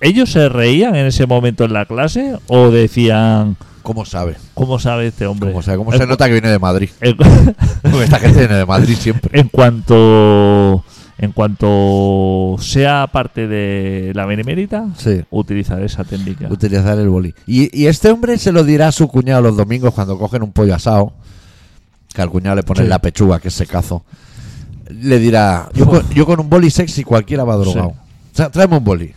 [SPEAKER 3] ¿Ellos se reían en ese momento en la clase o decían,
[SPEAKER 1] ¿Cómo sabe?
[SPEAKER 3] ¿cómo sabe este hombre?
[SPEAKER 1] ¿Cómo, sabe? ¿Cómo
[SPEAKER 3] En
[SPEAKER 1] se nota que viene de Madrid?
[SPEAKER 3] En,
[SPEAKER 1] Porque esta gente viene de Madrid siempre.
[SPEAKER 3] en cuanto en cuanto sea parte de la benemérita,
[SPEAKER 1] Sí.
[SPEAKER 3] utilizar esa técnica.
[SPEAKER 1] Utilizar el boli. Y, y este hombre se lo dirá a su cuñado los domingos cuando cogen un pollo asado. Que al cuñado le ponen
[SPEAKER 3] Sí.
[SPEAKER 1] la pechuga, que es secazo. Le dirá: Yo, con, yo con un boli sexy cualquiera va drogado. Tra- Tráeme un boli.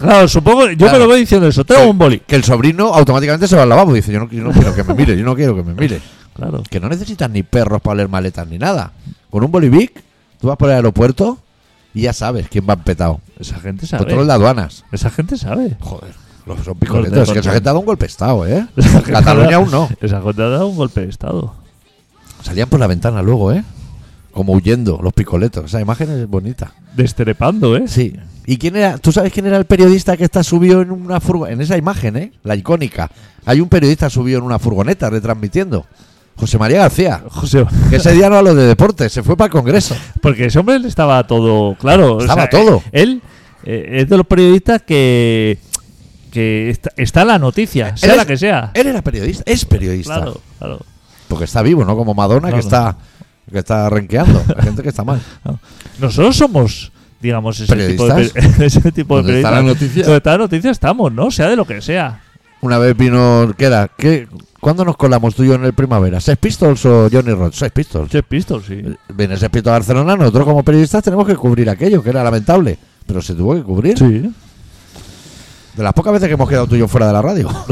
[SPEAKER 3] Claro, supongo, yo
[SPEAKER 1] Claro.
[SPEAKER 3] me lo voy diciendo eso, traigo un boli.
[SPEAKER 1] Que el sobrino automáticamente se va al lavabo. Dice: Yo no, yo no quiero que me mire, yo no quiero que me mire.
[SPEAKER 3] Claro.
[SPEAKER 1] Que no necesitas ni perros para oler maletas ni nada. Con un bolivic, tú vas por el aeropuerto y ya sabes quién va empetado.
[SPEAKER 3] Esa gente
[SPEAKER 1] Control
[SPEAKER 3] sabe.
[SPEAKER 1] de aduanas.
[SPEAKER 3] Esa gente sabe.
[SPEAKER 1] Joder, los son
[SPEAKER 3] Los
[SPEAKER 1] picoletos.
[SPEAKER 3] de
[SPEAKER 1] Es que esa
[SPEAKER 3] control.
[SPEAKER 1] gente ha dado un golpe de estado, ¿eh? Cataluña aún no.
[SPEAKER 3] Esa gente ha dado un golpe de estado.
[SPEAKER 1] Salían por la ventana luego, ¿eh? Como huyendo, los picoletos. Esa imagen es bonita.
[SPEAKER 3] Destrepando, ¿eh?
[SPEAKER 1] Sí. ¿Y quién era? ¿Tú sabes quién era el periodista que está subido en una furgoneta? En esa imagen, ¿eh? La icónica. Hay un periodista subido en una furgoneta retransmitiendo. José María García.
[SPEAKER 3] José,
[SPEAKER 1] Que ese día no a lo de deportes, se fue para el Congreso.
[SPEAKER 3] porque ese hombre le estaba todo, claro. o
[SPEAKER 1] Estaba
[SPEAKER 3] sea,
[SPEAKER 1] todo.
[SPEAKER 3] Él eh, es de los periodistas que, que está, está la noticia, sea
[SPEAKER 1] Él
[SPEAKER 3] la
[SPEAKER 1] es-
[SPEAKER 3] que sea.
[SPEAKER 1] Él era periodista, es periodista.
[SPEAKER 3] Claro, claro.
[SPEAKER 1] Porque está vivo, ¿no? Como Madonna
[SPEAKER 3] Claro.
[SPEAKER 1] que está que está renqueando. La gente que está mal.
[SPEAKER 3] Nosotros somos, digamos, ese tipo de,
[SPEAKER 1] ¿Periodistas?
[SPEAKER 3] peri- ese tipo de
[SPEAKER 1] ¿Dónde está
[SPEAKER 3] periodistas.
[SPEAKER 1] la noticia?
[SPEAKER 3] Donde está la noticia estamos, ¿no? Sea de lo que sea.
[SPEAKER 1] Una vez vino, ¿qué era? ¿Qué- ¿Cuándo nos colamos tú y yo en el primavera? ¿Sex Pistols o Johnny Rods? Sex Pistols.
[SPEAKER 3] Che Pistols, sí.
[SPEAKER 1] Viene ese pito a Barcelona, nosotros como periodistas tenemos que cubrir aquello, que era lamentable, pero se tuvo que cubrir.
[SPEAKER 3] Sí.
[SPEAKER 1] De las pocas veces que hemos quedado tú y yo fuera de la radio.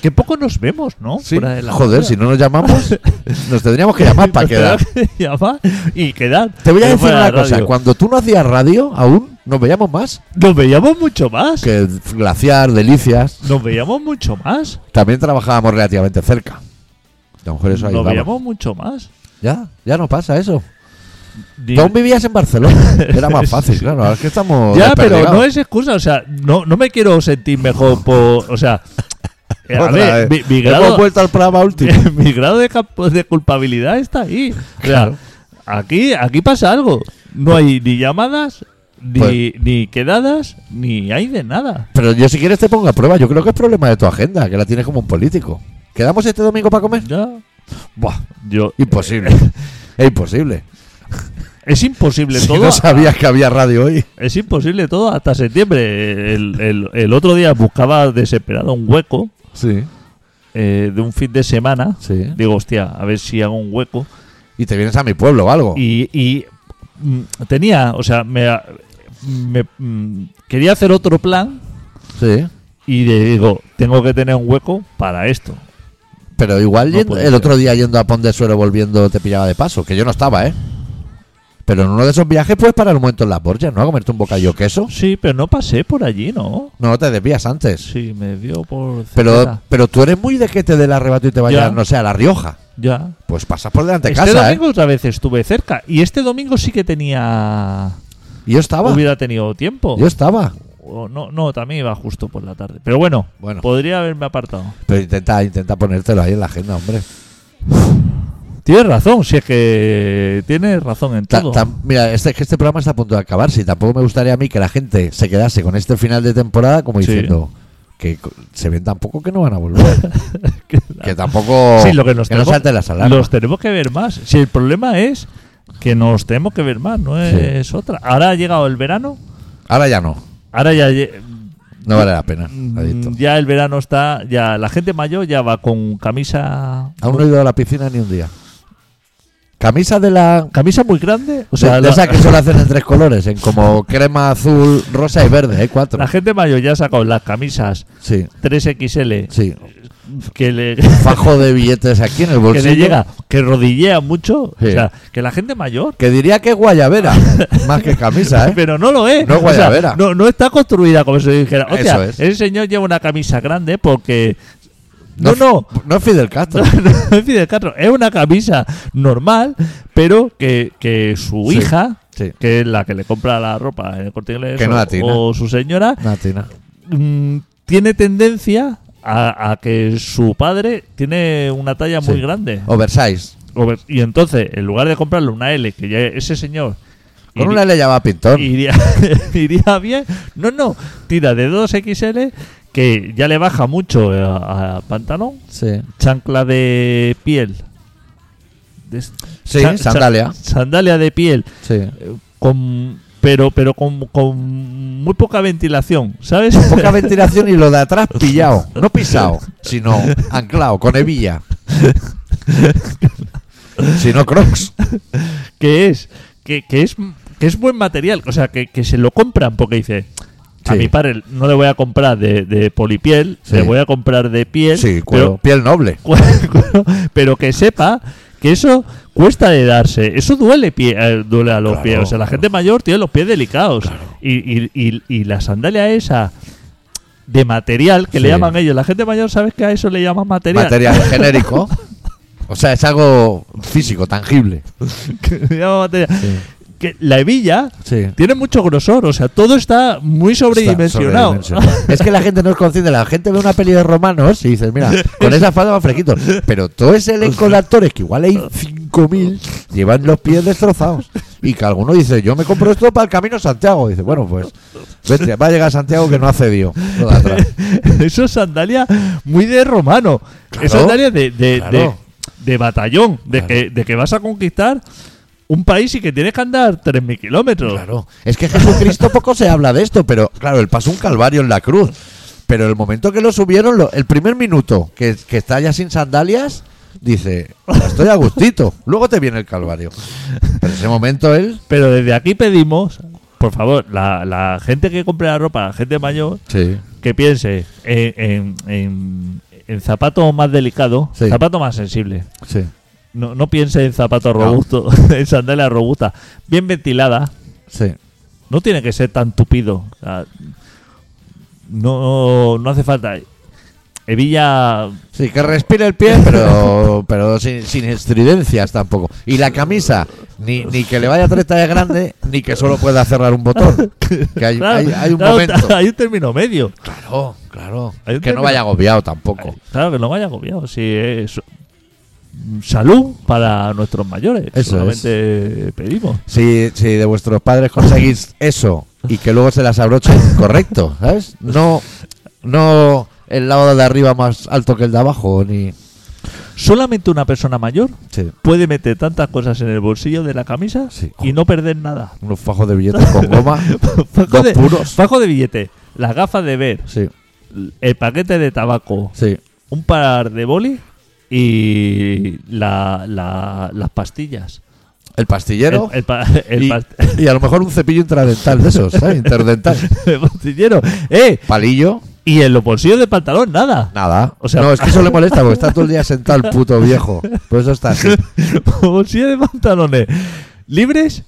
[SPEAKER 3] que poco nos vemos, ¿no?
[SPEAKER 1] Sí.
[SPEAKER 3] Fuera de la
[SPEAKER 1] Joder, si no nos llamamos, nos tendríamos que llamar para quedar.
[SPEAKER 3] Llamar y quedar.
[SPEAKER 1] Te voy a
[SPEAKER 3] Pero
[SPEAKER 1] decir
[SPEAKER 3] fuera de
[SPEAKER 1] una
[SPEAKER 3] la
[SPEAKER 1] cosa,
[SPEAKER 3] radio.
[SPEAKER 1] cuando tú no hacías radio aún, nos veíamos más
[SPEAKER 3] Nos veíamos mucho más.
[SPEAKER 1] que Glaciar, Delicias.
[SPEAKER 3] Nos veíamos mucho más.
[SPEAKER 1] También trabajábamos relativamente cerca. A lo mejor eso
[SPEAKER 3] Nos
[SPEAKER 1] ayudaba.
[SPEAKER 3] veíamos mucho más.
[SPEAKER 1] Ya, ya no pasa eso.
[SPEAKER 3] Ni-
[SPEAKER 1] Tú aún vivías en Barcelona, era más fácil,
[SPEAKER 3] Sí.
[SPEAKER 1] claro. Ahora es que estamos
[SPEAKER 3] Ya, pero no
[SPEAKER 1] desperdigados.
[SPEAKER 3] es excusa, o sea, no, no me quiero sentir mejor por. O sea, eh, a
[SPEAKER 1] Otra
[SPEAKER 3] ver, mi,
[SPEAKER 1] vez.
[SPEAKER 3] mi
[SPEAKER 1] Hemos
[SPEAKER 3] grado,
[SPEAKER 1] vuelto al programa último.
[SPEAKER 3] mi grado de, cap- de culpabilidad está ahí. O sea,
[SPEAKER 1] Claro.
[SPEAKER 3] aquí, aquí pasa algo. No hay ni llamadas, ni,
[SPEAKER 1] Pues
[SPEAKER 3] ni quedadas, ni hay de nada.
[SPEAKER 1] Pero yo si quieres te pongo a prueba. Yo creo que es problema de tu agenda, que la tienes como un político. ¿Quedamos este domingo para comer?
[SPEAKER 3] Ya. Buah, yo.
[SPEAKER 1] Imposible. es imposible.
[SPEAKER 3] Es imposible
[SPEAKER 1] Si
[SPEAKER 3] todo.
[SPEAKER 1] no sabías que había radio hoy.
[SPEAKER 3] Es imposible todo hasta septiembre. El, el- el otro día buscaba desesperado un hueco
[SPEAKER 1] Sí,
[SPEAKER 3] eh, de un fin de semana.
[SPEAKER 1] sí.
[SPEAKER 3] Digo, hostia, a ver si hago un hueco.
[SPEAKER 1] Y te vienes a mi pueblo o algo.
[SPEAKER 3] Y, y, mm, tenía, o sea, me, me- mm, quería hacer otro plan
[SPEAKER 1] Sí.
[SPEAKER 3] y le digo, tengo que tener un hueco para esto.
[SPEAKER 1] Pero igual
[SPEAKER 3] No
[SPEAKER 1] yendo-
[SPEAKER 3] puede
[SPEAKER 1] el
[SPEAKER 3] ser.
[SPEAKER 1] otro día yendo a Pont de Suero volviendo te pillaba de paso, que yo no estaba, ¿eh? Pero en uno de esos viajes puedes parar un momento en las Borjas, ¿no? A comerte un bocadillo queso.
[SPEAKER 3] Sí, pero no pasé por allí, ¿no?
[SPEAKER 1] No, te desvías antes.
[SPEAKER 3] Sí, me dio por...
[SPEAKER 1] Pero,
[SPEAKER 3] Cervera.
[SPEAKER 1] pero tú eres muy de que te dé el arrebato y te vayas,
[SPEAKER 3] Ya.
[SPEAKER 1] no sé, a La Rioja.
[SPEAKER 3] Ya.
[SPEAKER 1] Pues pasas por delante de
[SPEAKER 3] Este
[SPEAKER 1] casa, ¿eh?
[SPEAKER 3] domingo otra vez estuve cerca y este domingo sí que tenía...
[SPEAKER 1] Y Yo estaba.
[SPEAKER 3] Hubiera tenido tiempo.
[SPEAKER 1] Ah, Yo estaba.
[SPEAKER 3] O no, no, también iba justo por la tarde. Pero bueno,
[SPEAKER 1] Bueno.
[SPEAKER 3] podría haberme apartado.
[SPEAKER 1] Pero intenta, intenta ponértelo ahí en la agenda, hombre.
[SPEAKER 3] Tienes razón, si es que tienes razón en
[SPEAKER 1] Ta-
[SPEAKER 3] todo.
[SPEAKER 1] ta- mira, este, que este programa está a punto de acabar. Si tampoco me gustaría a mí que la gente se quedase con este final de temporada como
[SPEAKER 3] Sí.
[SPEAKER 1] diciendo que co- se ven tan poco que no van a volver. que tampoco.
[SPEAKER 3] Sí, lo que nos
[SPEAKER 1] que no
[SPEAKER 3] tenemos-
[SPEAKER 1] salte las alarmas.
[SPEAKER 3] Los tenemos que ver más. Si el problema es que nos tenemos que ver más, no
[SPEAKER 1] Sí.
[SPEAKER 3] es otra. Ahora ha llegado el verano,
[SPEAKER 1] Ahora ya no.
[SPEAKER 3] ahora ya lle-
[SPEAKER 1] No vale la pena. adicto.
[SPEAKER 3] Mm, ya el verano está, ya la gente mayor ya va con camisa
[SPEAKER 1] Aún no he ido a la piscina ni un día. Camisa de la.
[SPEAKER 3] camisa muy grande, o
[SPEAKER 1] de,
[SPEAKER 3] sea,
[SPEAKER 1] de
[SPEAKER 3] la,
[SPEAKER 1] esa que solo hacen en tres colores, en como crema, azul, rosa y verde, ¿eh? Cuatro.
[SPEAKER 3] la gente mayor ya ha sacado las camisas
[SPEAKER 1] Sí,
[SPEAKER 3] 3XL
[SPEAKER 1] sí.
[SPEAKER 3] que le
[SPEAKER 1] Fajo de billetes aquí en el
[SPEAKER 3] que
[SPEAKER 1] bolsillo.
[SPEAKER 3] le llega, que rodillea mucho,
[SPEAKER 1] Sí.
[SPEAKER 3] o sea, que la gente mayor
[SPEAKER 1] Que diría que es guayabera, más que camisa, ¿eh?
[SPEAKER 3] Pero no lo es.
[SPEAKER 1] No es
[SPEAKER 3] O sea,
[SPEAKER 1] guayabera.
[SPEAKER 3] no, no está construida como se dijera. O sea,
[SPEAKER 1] Eso es.
[SPEAKER 3] el señor lleva una camisa grande porque. No, no.
[SPEAKER 1] No es Fidel Castro.
[SPEAKER 3] No, es Fidel Castro. Es una camisa normal, pero que, que su
[SPEAKER 1] Sí,
[SPEAKER 3] hija,
[SPEAKER 1] sí.
[SPEAKER 3] que es la que le compra la ropa en el corte inglés,
[SPEAKER 1] Que no
[SPEAKER 3] o-
[SPEAKER 1] la tina.
[SPEAKER 3] o su señora,
[SPEAKER 1] Natina.
[SPEAKER 3] mm, tiene tendencia a, a que su padre tiene una talla muy
[SPEAKER 1] Sí.
[SPEAKER 3] grande.
[SPEAKER 1] Oversize.
[SPEAKER 3] Over- Y entonces, en lugar de comprarle una L, que ya ese señor.
[SPEAKER 1] Con
[SPEAKER 3] iri-
[SPEAKER 1] una le llama pintón.
[SPEAKER 3] iría, iría bien. No, no, tira de 2XL que ya le baja mucho eh, a, a pantalón,
[SPEAKER 1] Sí.
[SPEAKER 3] chancla de piel. De est-
[SPEAKER 1] Sí,
[SPEAKER 3] cha- cha-
[SPEAKER 1] sandalia.
[SPEAKER 3] sandalia de piel,
[SPEAKER 1] Sí.
[SPEAKER 3] eh, con, pero, pero con, con muy poca ventilación, ¿sabes?
[SPEAKER 1] Poca ventilación y lo de atrás pillado. No pisado, sino anclado, con hebilla. Si no, crocs.
[SPEAKER 3] que es que, que es que es buen material, o sea, que, que se lo compran porque dice, a
[SPEAKER 1] Sí.
[SPEAKER 3] mi padre no le voy a comprar de, de polipiel,
[SPEAKER 1] Sí.
[SPEAKER 3] le voy a comprar de piel,
[SPEAKER 1] Sí,
[SPEAKER 3] pero
[SPEAKER 1] cuero. piel noble.
[SPEAKER 3] Cu- cuero, pero que sepa que eso cuesta de darse. Eso duele, pie, eh, duele a los
[SPEAKER 1] Claro,
[SPEAKER 3] pies. O sea, la
[SPEAKER 1] claro.
[SPEAKER 3] gente mayor tiene los pies delicados. Y, y- y- y la sandalia esa de material que le
[SPEAKER 1] Sí.
[SPEAKER 3] llaman ellos. La gente mayor, ¿sabes que a eso le llaman material?
[SPEAKER 1] Material genérico. O sea, es algo físico, tangible.
[SPEAKER 3] Que le llaman material.
[SPEAKER 1] Sí.
[SPEAKER 3] Que la hebilla
[SPEAKER 1] Sí.
[SPEAKER 3] tiene mucho grosor. O sea, todo está muy sobredimensionado.
[SPEAKER 1] sobredimensionado. Es que la gente no es consciente. La gente ve una peli de romanos y dices, mira, con esa falda van fresquitos. Pero todo ese elenco de actores, que igual hay 5.000, llevan los pies destrozados. Y que alguno dice, yo me compro esto para el camino a Santiago. dice, bueno, pues, vete, va a llegar a Santiago que no ha cedido. lo de atrás.
[SPEAKER 3] eso es sandalia muy de romano.
[SPEAKER 1] Claro,
[SPEAKER 3] es sandalia de, de,
[SPEAKER 1] claro.
[SPEAKER 3] de- de batallón, de,
[SPEAKER 1] Claro.
[SPEAKER 3] que, de que vas a conquistar un país y que tienes que andar 3.000 kilómetros.
[SPEAKER 1] Claro. Es que Jesucristo poco se habla de esto, pero claro, él pasó un calvario en la cruz. Pero el momento que lo subieron, lo- el primer minuto que, que está ya sin sandalias, dice, "Ah, estoy a gustito, luego te viene el calvario. Pero ese momento él...
[SPEAKER 3] Pero desde aquí pedimos, por favor, la, la gente que compre la ropa, la gente mayor,
[SPEAKER 1] Sí,
[SPEAKER 3] que piense en, en, en- en zapato más delicado,
[SPEAKER 1] Sí.
[SPEAKER 3] zapato más sensible.
[SPEAKER 1] sí.
[SPEAKER 3] No, no piense en zapato
[SPEAKER 1] No.
[SPEAKER 3] robusto, en sandalia robusta, bien ventilada.
[SPEAKER 1] Sí.
[SPEAKER 3] No tiene que ser tan tupido. O sea, no, no hace falta. Evilla.
[SPEAKER 1] Sí, que respire el pie, pero, pero sin, sin estridencias tampoco. Y la camisa, ni, ni que le vaya tres tallas grande, ni que solo pueda cerrar un botón. Que hay,
[SPEAKER 3] Claro,
[SPEAKER 1] hay- hay un
[SPEAKER 3] claro,
[SPEAKER 1] momento.
[SPEAKER 3] Hay un término medio.
[SPEAKER 1] Claro, claro.
[SPEAKER 3] Hay un
[SPEAKER 1] Que no
[SPEAKER 3] término-
[SPEAKER 1] vaya agobiado tampoco.
[SPEAKER 3] Claro que no vaya agobiado. Si es- salud para nuestros mayores.
[SPEAKER 1] Eso
[SPEAKER 3] solamente pedimos.
[SPEAKER 1] Si, si de vuestros padres conseguís eso y que luego se las abrochen, correcto, ¿sabes? No, no el lado de arriba más alto que el de abajo, ni...
[SPEAKER 3] Solamente una persona mayor
[SPEAKER 1] Sí,
[SPEAKER 3] puede meter tantas cosas en el bolsillo de la camisa
[SPEAKER 1] Sí.
[SPEAKER 3] y no perder nada.
[SPEAKER 1] unos fajos de billetes con goma,
[SPEAKER 3] fajo,
[SPEAKER 1] dos
[SPEAKER 3] de,
[SPEAKER 1] puros.
[SPEAKER 3] fajo de billete, las gafas de ver,
[SPEAKER 1] Sí,
[SPEAKER 3] el paquete de tabaco,
[SPEAKER 1] sí.
[SPEAKER 3] un par de boli y la- la- las pastillas.
[SPEAKER 1] El pastillero
[SPEAKER 3] El, el pa- el
[SPEAKER 1] y,
[SPEAKER 3] past-
[SPEAKER 1] y a lo mejor un cepillo intradental de esos, ¿sabes? Interdental.
[SPEAKER 3] el pastillero. ¡Eh!
[SPEAKER 1] Palillo,
[SPEAKER 3] Y en los bolsillos de pantalón, nada.
[SPEAKER 1] nada.
[SPEAKER 3] O sea-
[SPEAKER 1] no, es que eso le molesta porque está todo el día sentado el puto viejo. Por eso está así.
[SPEAKER 3] bolsillos de pantalones libres.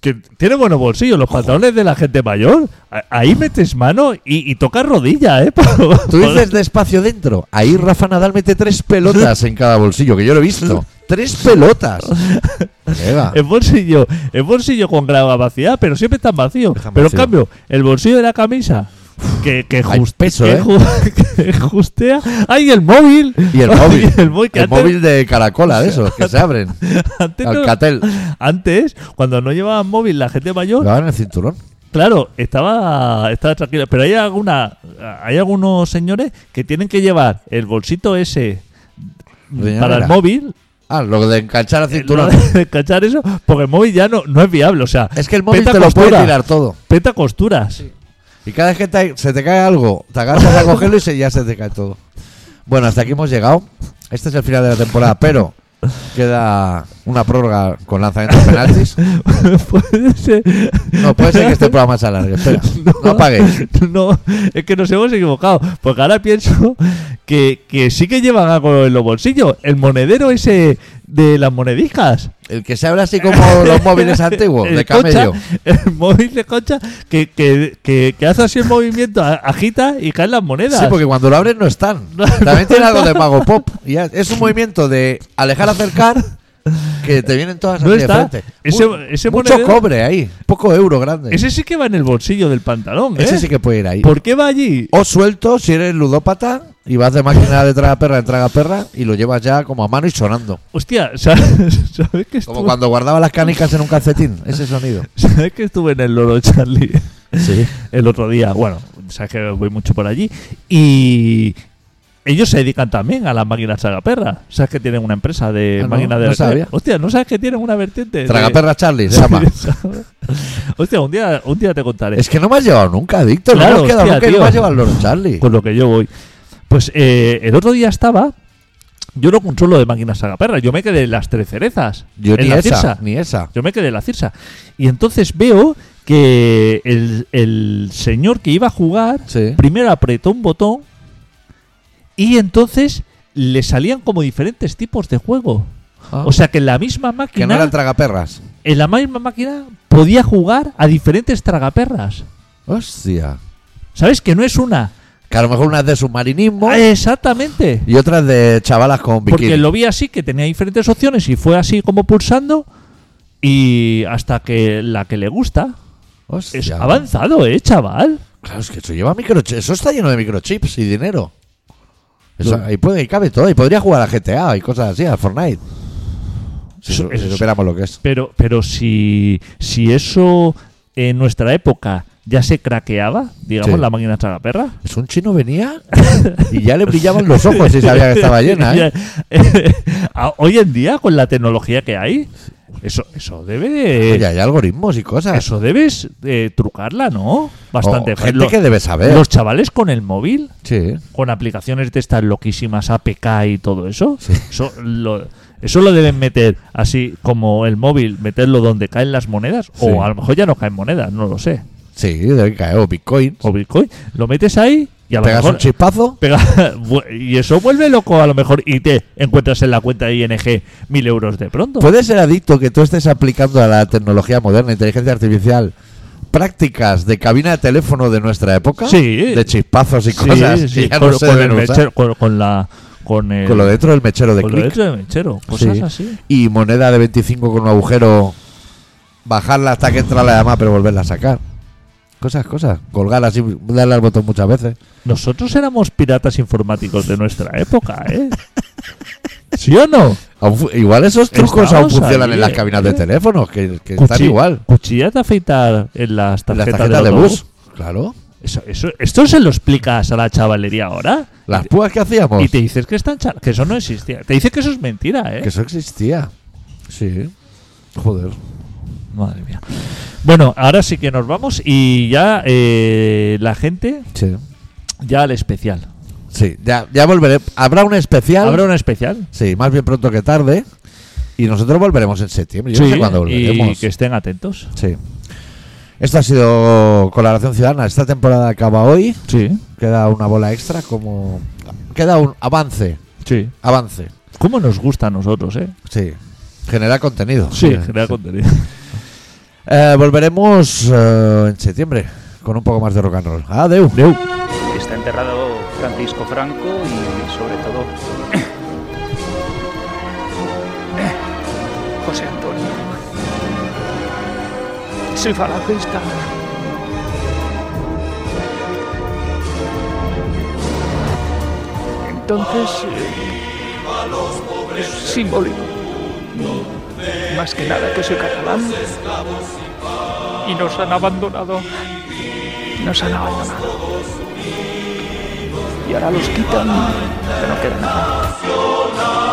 [SPEAKER 3] Que tiene buenos bolsillos, los pantalones de la gente mayor. A- Ahí metes mano y, y tocas rodilla, ¿eh? Por-
[SPEAKER 1] Tú
[SPEAKER 3] por-
[SPEAKER 1] dices despacio dentro. Ahí Rafa Nadal mete tres pelotas en cada bolsillo, que yo lo he visto. Tres pelotas. Eva.
[SPEAKER 3] El bolsillo, el bolsillo con gran vacía, pero siempre tan vacío.
[SPEAKER 1] Están
[SPEAKER 3] pero en
[SPEAKER 1] vacío.
[SPEAKER 3] cambio, el bolsillo de la camisa, que, que,
[SPEAKER 1] Hay
[SPEAKER 3] just-
[SPEAKER 1] peso,
[SPEAKER 3] que
[SPEAKER 1] ¿eh?
[SPEAKER 3] ju- que justea. ¡Ay, el móvil!
[SPEAKER 1] Y el
[SPEAKER 3] Ay,
[SPEAKER 1] móvil.
[SPEAKER 3] el móvil que
[SPEAKER 1] El
[SPEAKER 3] antes-
[SPEAKER 1] móvil de caracola de esos, que se abren.
[SPEAKER 3] antes no-
[SPEAKER 1] Alcatel.
[SPEAKER 3] Antes, cuando no llevaban móvil la gente
[SPEAKER 1] Lo
[SPEAKER 3] mayor,
[SPEAKER 1] dan en el cinturón.
[SPEAKER 3] claro, estaba, estaba tranquila. Pero hay alguna, hay algunos señores que tienen que llevar el bolsito ese
[SPEAKER 1] Riñonera.
[SPEAKER 3] para el móvil,
[SPEAKER 1] Ah, lo de enganchar al cinturón.
[SPEAKER 3] lo de cachar eso, porque el móvil ya no, no es viable. O sea,
[SPEAKER 1] Es que el móvil
[SPEAKER 3] peta
[SPEAKER 1] te lo puede
[SPEAKER 3] costura.
[SPEAKER 1] tirar todo.
[SPEAKER 3] peta costuras.
[SPEAKER 1] Y cada vez que te- se te cae algo, te agarras a cogerlo y se, ya se te cae todo. Bueno, hasta aquí hemos llegado. Este es el final de la temporada, pero queda una prórroga con lanzamientos de penaltis.
[SPEAKER 3] Puede ser.
[SPEAKER 1] No, puede ser que este programa se alargue. Espera, no apaguéis.
[SPEAKER 3] No, es que nos hemos equivocado. Porque ahora pienso que, que sí que llevan algo en los bolsillos. El monedero ese de las monedijas.
[SPEAKER 1] El que se abre así como los móviles antiguos,
[SPEAKER 3] El
[SPEAKER 1] de camello.
[SPEAKER 3] concha, el móvil de concha que, que, que, que hace así el movimiento, a- agita y caen las monedas.
[SPEAKER 1] Sí, porque cuando lo abres no están. También tiene algo de mago pop. Y ya- es un movimiento de alejar, acercar, que te vienen todas
[SPEAKER 3] No
[SPEAKER 1] así de
[SPEAKER 3] está.
[SPEAKER 1] frente.
[SPEAKER 3] Ese-
[SPEAKER 1] Mu-
[SPEAKER 3] ese
[SPEAKER 1] mucho
[SPEAKER 3] monedero-
[SPEAKER 1] cobre ahí, poco euro grande.
[SPEAKER 3] Ese sí que va en el bolsillo del pantalón. ¿eh?
[SPEAKER 1] Ese sí que Oh. puede ir ahí.
[SPEAKER 3] ¿Por qué va allí?
[SPEAKER 1] O suelto si eres ludópata y vas de máquina de traga perra en traga perra y lo llevas ya como a mano y sonando.
[SPEAKER 3] Hostia, ¿sabes, sabes que
[SPEAKER 1] Como
[SPEAKER 3] estuve,
[SPEAKER 1] cuando guardaba las canicas en un calcetín, ese sonido.
[SPEAKER 3] sabes que estuve en el Loro Charlie?
[SPEAKER 1] Sí.
[SPEAKER 3] el otro día, bueno, sabes que voy mucho por allí, y ellos se dedican también a las máquinas tragaperras. Sabes que tienen una empresa de
[SPEAKER 1] Ah, no,
[SPEAKER 3] máquinas de
[SPEAKER 1] no sabía.
[SPEAKER 3] Hostia, no sabes que tienen una vertiente. de-
[SPEAKER 1] Tragaperra Charlie, se llama.
[SPEAKER 3] Hostia, un día, un día te contaré
[SPEAKER 1] Es que no me has llevado nunca, Víctor.
[SPEAKER 3] Claro,
[SPEAKER 1] no me has quedado
[SPEAKER 3] hostia,
[SPEAKER 1] nunca y no
[SPEAKER 3] tío.
[SPEAKER 1] me has llevado al Lord Charlie.
[SPEAKER 3] con lo que yo voy. Pues eh, el otro día estaba. Yo no controlo de máquinas tragaperras, yo me quedé en las tres cerezas.
[SPEAKER 1] Yo
[SPEAKER 3] en
[SPEAKER 1] ni
[SPEAKER 3] la
[SPEAKER 1] esa,
[SPEAKER 3] Cirsa.
[SPEAKER 1] ni esa.
[SPEAKER 3] Yo me quedé en la Cirsa. Y entonces veo que el, el señor que iba a jugar
[SPEAKER 1] Sí.
[SPEAKER 3] primero apretó un botón y entonces le salían como diferentes tipos de juego.
[SPEAKER 1] Ah.
[SPEAKER 3] O sea que en la misma
[SPEAKER 1] que
[SPEAKER 3] máquina,
[SPEAKER 1] no eran tragaperras.
[SPEAKER 3] en la misma máquina podía jugar a diferentes tragaperras.
[SPEAKER 1] Hostia.
[SPEAKER 3] ¿Sabes? Que no es una.
[SPEAKER 1] Que a lo mejor una es de submarinismo
[SPEAKER 3] Ah, exactamente.
[SPEAKER 1] y otra es de chavalas con bikini.
[SPEAKER 3] Porque lo vi así, que tenía diferentes opciones y fue así como pulsando y hasta que la que le gusta.
[SPEAKER 1] Hostia.
[SPEAKER 3] Es avanzado, eh, chaval.
[SPEAKER 1] Claro, es que eso lleva microchips. Eso está lleno de microchips y dinero. Eso,
[SPEAKER 3] Lo-
[SPEAKER 1] ahí puede, ahí cabe todo. Y podría jugar a GTA y cosas así, a Fortnite. Si,
[SPEAKER 3] Eso-
[SPEAKER 1] su-
[SPEAKER 3] eso-
[SPEAKER 1] si supiéramos lo que es.
[SPEAKER 3] Pero, pero si, si eso en nuestra época ya se craqueaba, digamos,
[SPEAKER 1] Sí.
[SPEAKER 3] la máquina tragaperra.
[SPEAKER 1] Es un chino venía y ya le brillaban los ojos y sabía que estaba llena, ¿eh?
[SPEAKER 3] Ya- a- Hoy en día, con la tecnología que hay, eso, eso debe.
[SPEAKER 1] ¿eh? Oye, hay algoritmos y cosas.
[SPEAKER 3] Eso debes eh, trucarla, ¿no? Bastante.
[SPEAKER 1] O gente
[SPEAKER 3] Lo-
[SPEAKER 1] que debe saber.
[SPEAKER 3] Los chavales con el móvil,
[SPEAKER 1] Sí.
[SPEAKER 3] con aplicaciones de estas loquísimas, APK y todo eso,
[SPEAKER 1] Sí.
[SPEAKER 3] eso, lo, eso lo deben meter así como el móvil, meterlo donde caen las monedas,
[SPEAKER 1] Sí.
[SPEAKER 3] o a lo mejor ya no caen monedas, no lo sé.
[SPEAKER 1] Sí, debe caer. O Bitcoin.
[SPEAKER 3] o Bitcoin, lo metes ahí y a lo
[SPEAKER 1] Pegas
[SPEAKER 3] mejor
[SPEAKER 1] un chispazo.
[SPEAKER 3] pega- bu- y eso vuelve loco a lo mejor y te encuentras en la cuenta ING mil euros de pronto.
[SPEAKER 1] Puedes ser adicto que tú estés aplicando a la tecnología moderna, inteligencia artificial, prácticas de cabina de teléfono de nuestra época.
[SPEAKER 3] Sí.
[SPEAKER 1] De chispazos y
[SPEAKER 3] Sí,
[SPEAKER 1] cosas.
[SPEAKER 3] sí,
[SPEAKER 1] que ya
[SPEAKER 3] con,
[SPEAKER 1] no se
[SPEAKER 3] con el
[SPEAKER 1] deben usar.
[SPEAKER 3] mechero- con, con la con el
[SPEAKER 1] Con lo dentro del mechero de
[SPEAKER 3] con lo
[SPEAKER 1] clic.
[SPEAKER 3] dentro del mechero, cosas
[SPEAKER 1] Sí.
[SPEAKER 3] así.
[SPEAKER 1] Y moneda de 25 con un agujero. Bajarla hasta que entra la llamada, pero volverla a sacar. Cosas, cosas. Colgar así, darle al botón muchas veces.
[SPEAKER 3] Nosotros éramos piratas informáticos de nuestra época, ¿eh? ¿Sí o no?
[SPEAKER 1] Aún fu- igual esos trucos
[SPEAKER 3] Estamos
[SPEAKER 1] aún funcionan
[SPEAKER 3] ahí,
[SPEAKER 1] en las
[SPEAKER 3] eh.
[SPEAKER 1] cabinas de teléfonos, que, que están
[SPEAKER 3] Cuchi-
[SPEAKER 1] igual.
[SPEAKER 3] Cuchillas de afeitar en las
[SPEAKER 1] En Las
[SPEAKER 3] tarjetas,
[SPEAKER 1] tarjetas de
[SPEAKER 3] del autobús.
[SPEAKER 1] bus, claro.
[SPEAKER 3] Eso- eso- ¿Esto se lo explicas a la chavalería ahora?
[SPEAKER 1] Las púas que
[SPEAKER 3] Y
[SPEAKER 1] hacíamos,
[SPEAKER 3] te dices que están char- que eso no existía. Te dices que eso es mentira, ¿eh?
[SPEAKER 1] que eso existía. Sí. Joder.
[SPEAKER 3] Madre mía. Bueno, ahora sí que nos vamos y ya eh, la gente,
[SPEAKER 1] Sí.
[SPEAKER 3] ya al especial.
[SPEAKER 1] Sí, ya, ya volveré. Habrá un especial.
[SPEAKER 3] ¿Habrá un especial?
[SPEAKER 1] Sí, más bien pronto que tarde. Y nosotros volveremos en septiembre. Yo no sé cuándo
[SPEAKER 3] y
[SPEAKER 1] volveremos.
[SPEAKER 3] que estén atentos.
[SPEAKER 1] Sí. Esto ha sido Colaboración Ciudadana. Esta temporada acaba hoy.
[SPEAKER 3] Sí,
[SPEAKER 1] Queda una bola extra como... Queda un avance.
[SPEAKER 3] sí.
[SPEAKER 1] Avance.
[SPEAKER 3] ¿Cómo nos gusta a nosotros, eh?
[SPEAKER 1] Sí. Generar contenido.
[SPEAKER 3] genera contenido.
[SPEAKER 1] Eh, volveremos eh, en septiembre con un poco más de rock and roll. Adeu. Adeu.
[SPEAKER 4] Está enterrado Francisco Franco y sobre todo José Antonio. Soy falangista. Entonces eh, es simbólico. Más que nada que soy catalán y nos han abandonado. Nos han abandonado y ahora los quitan, que no queda nada.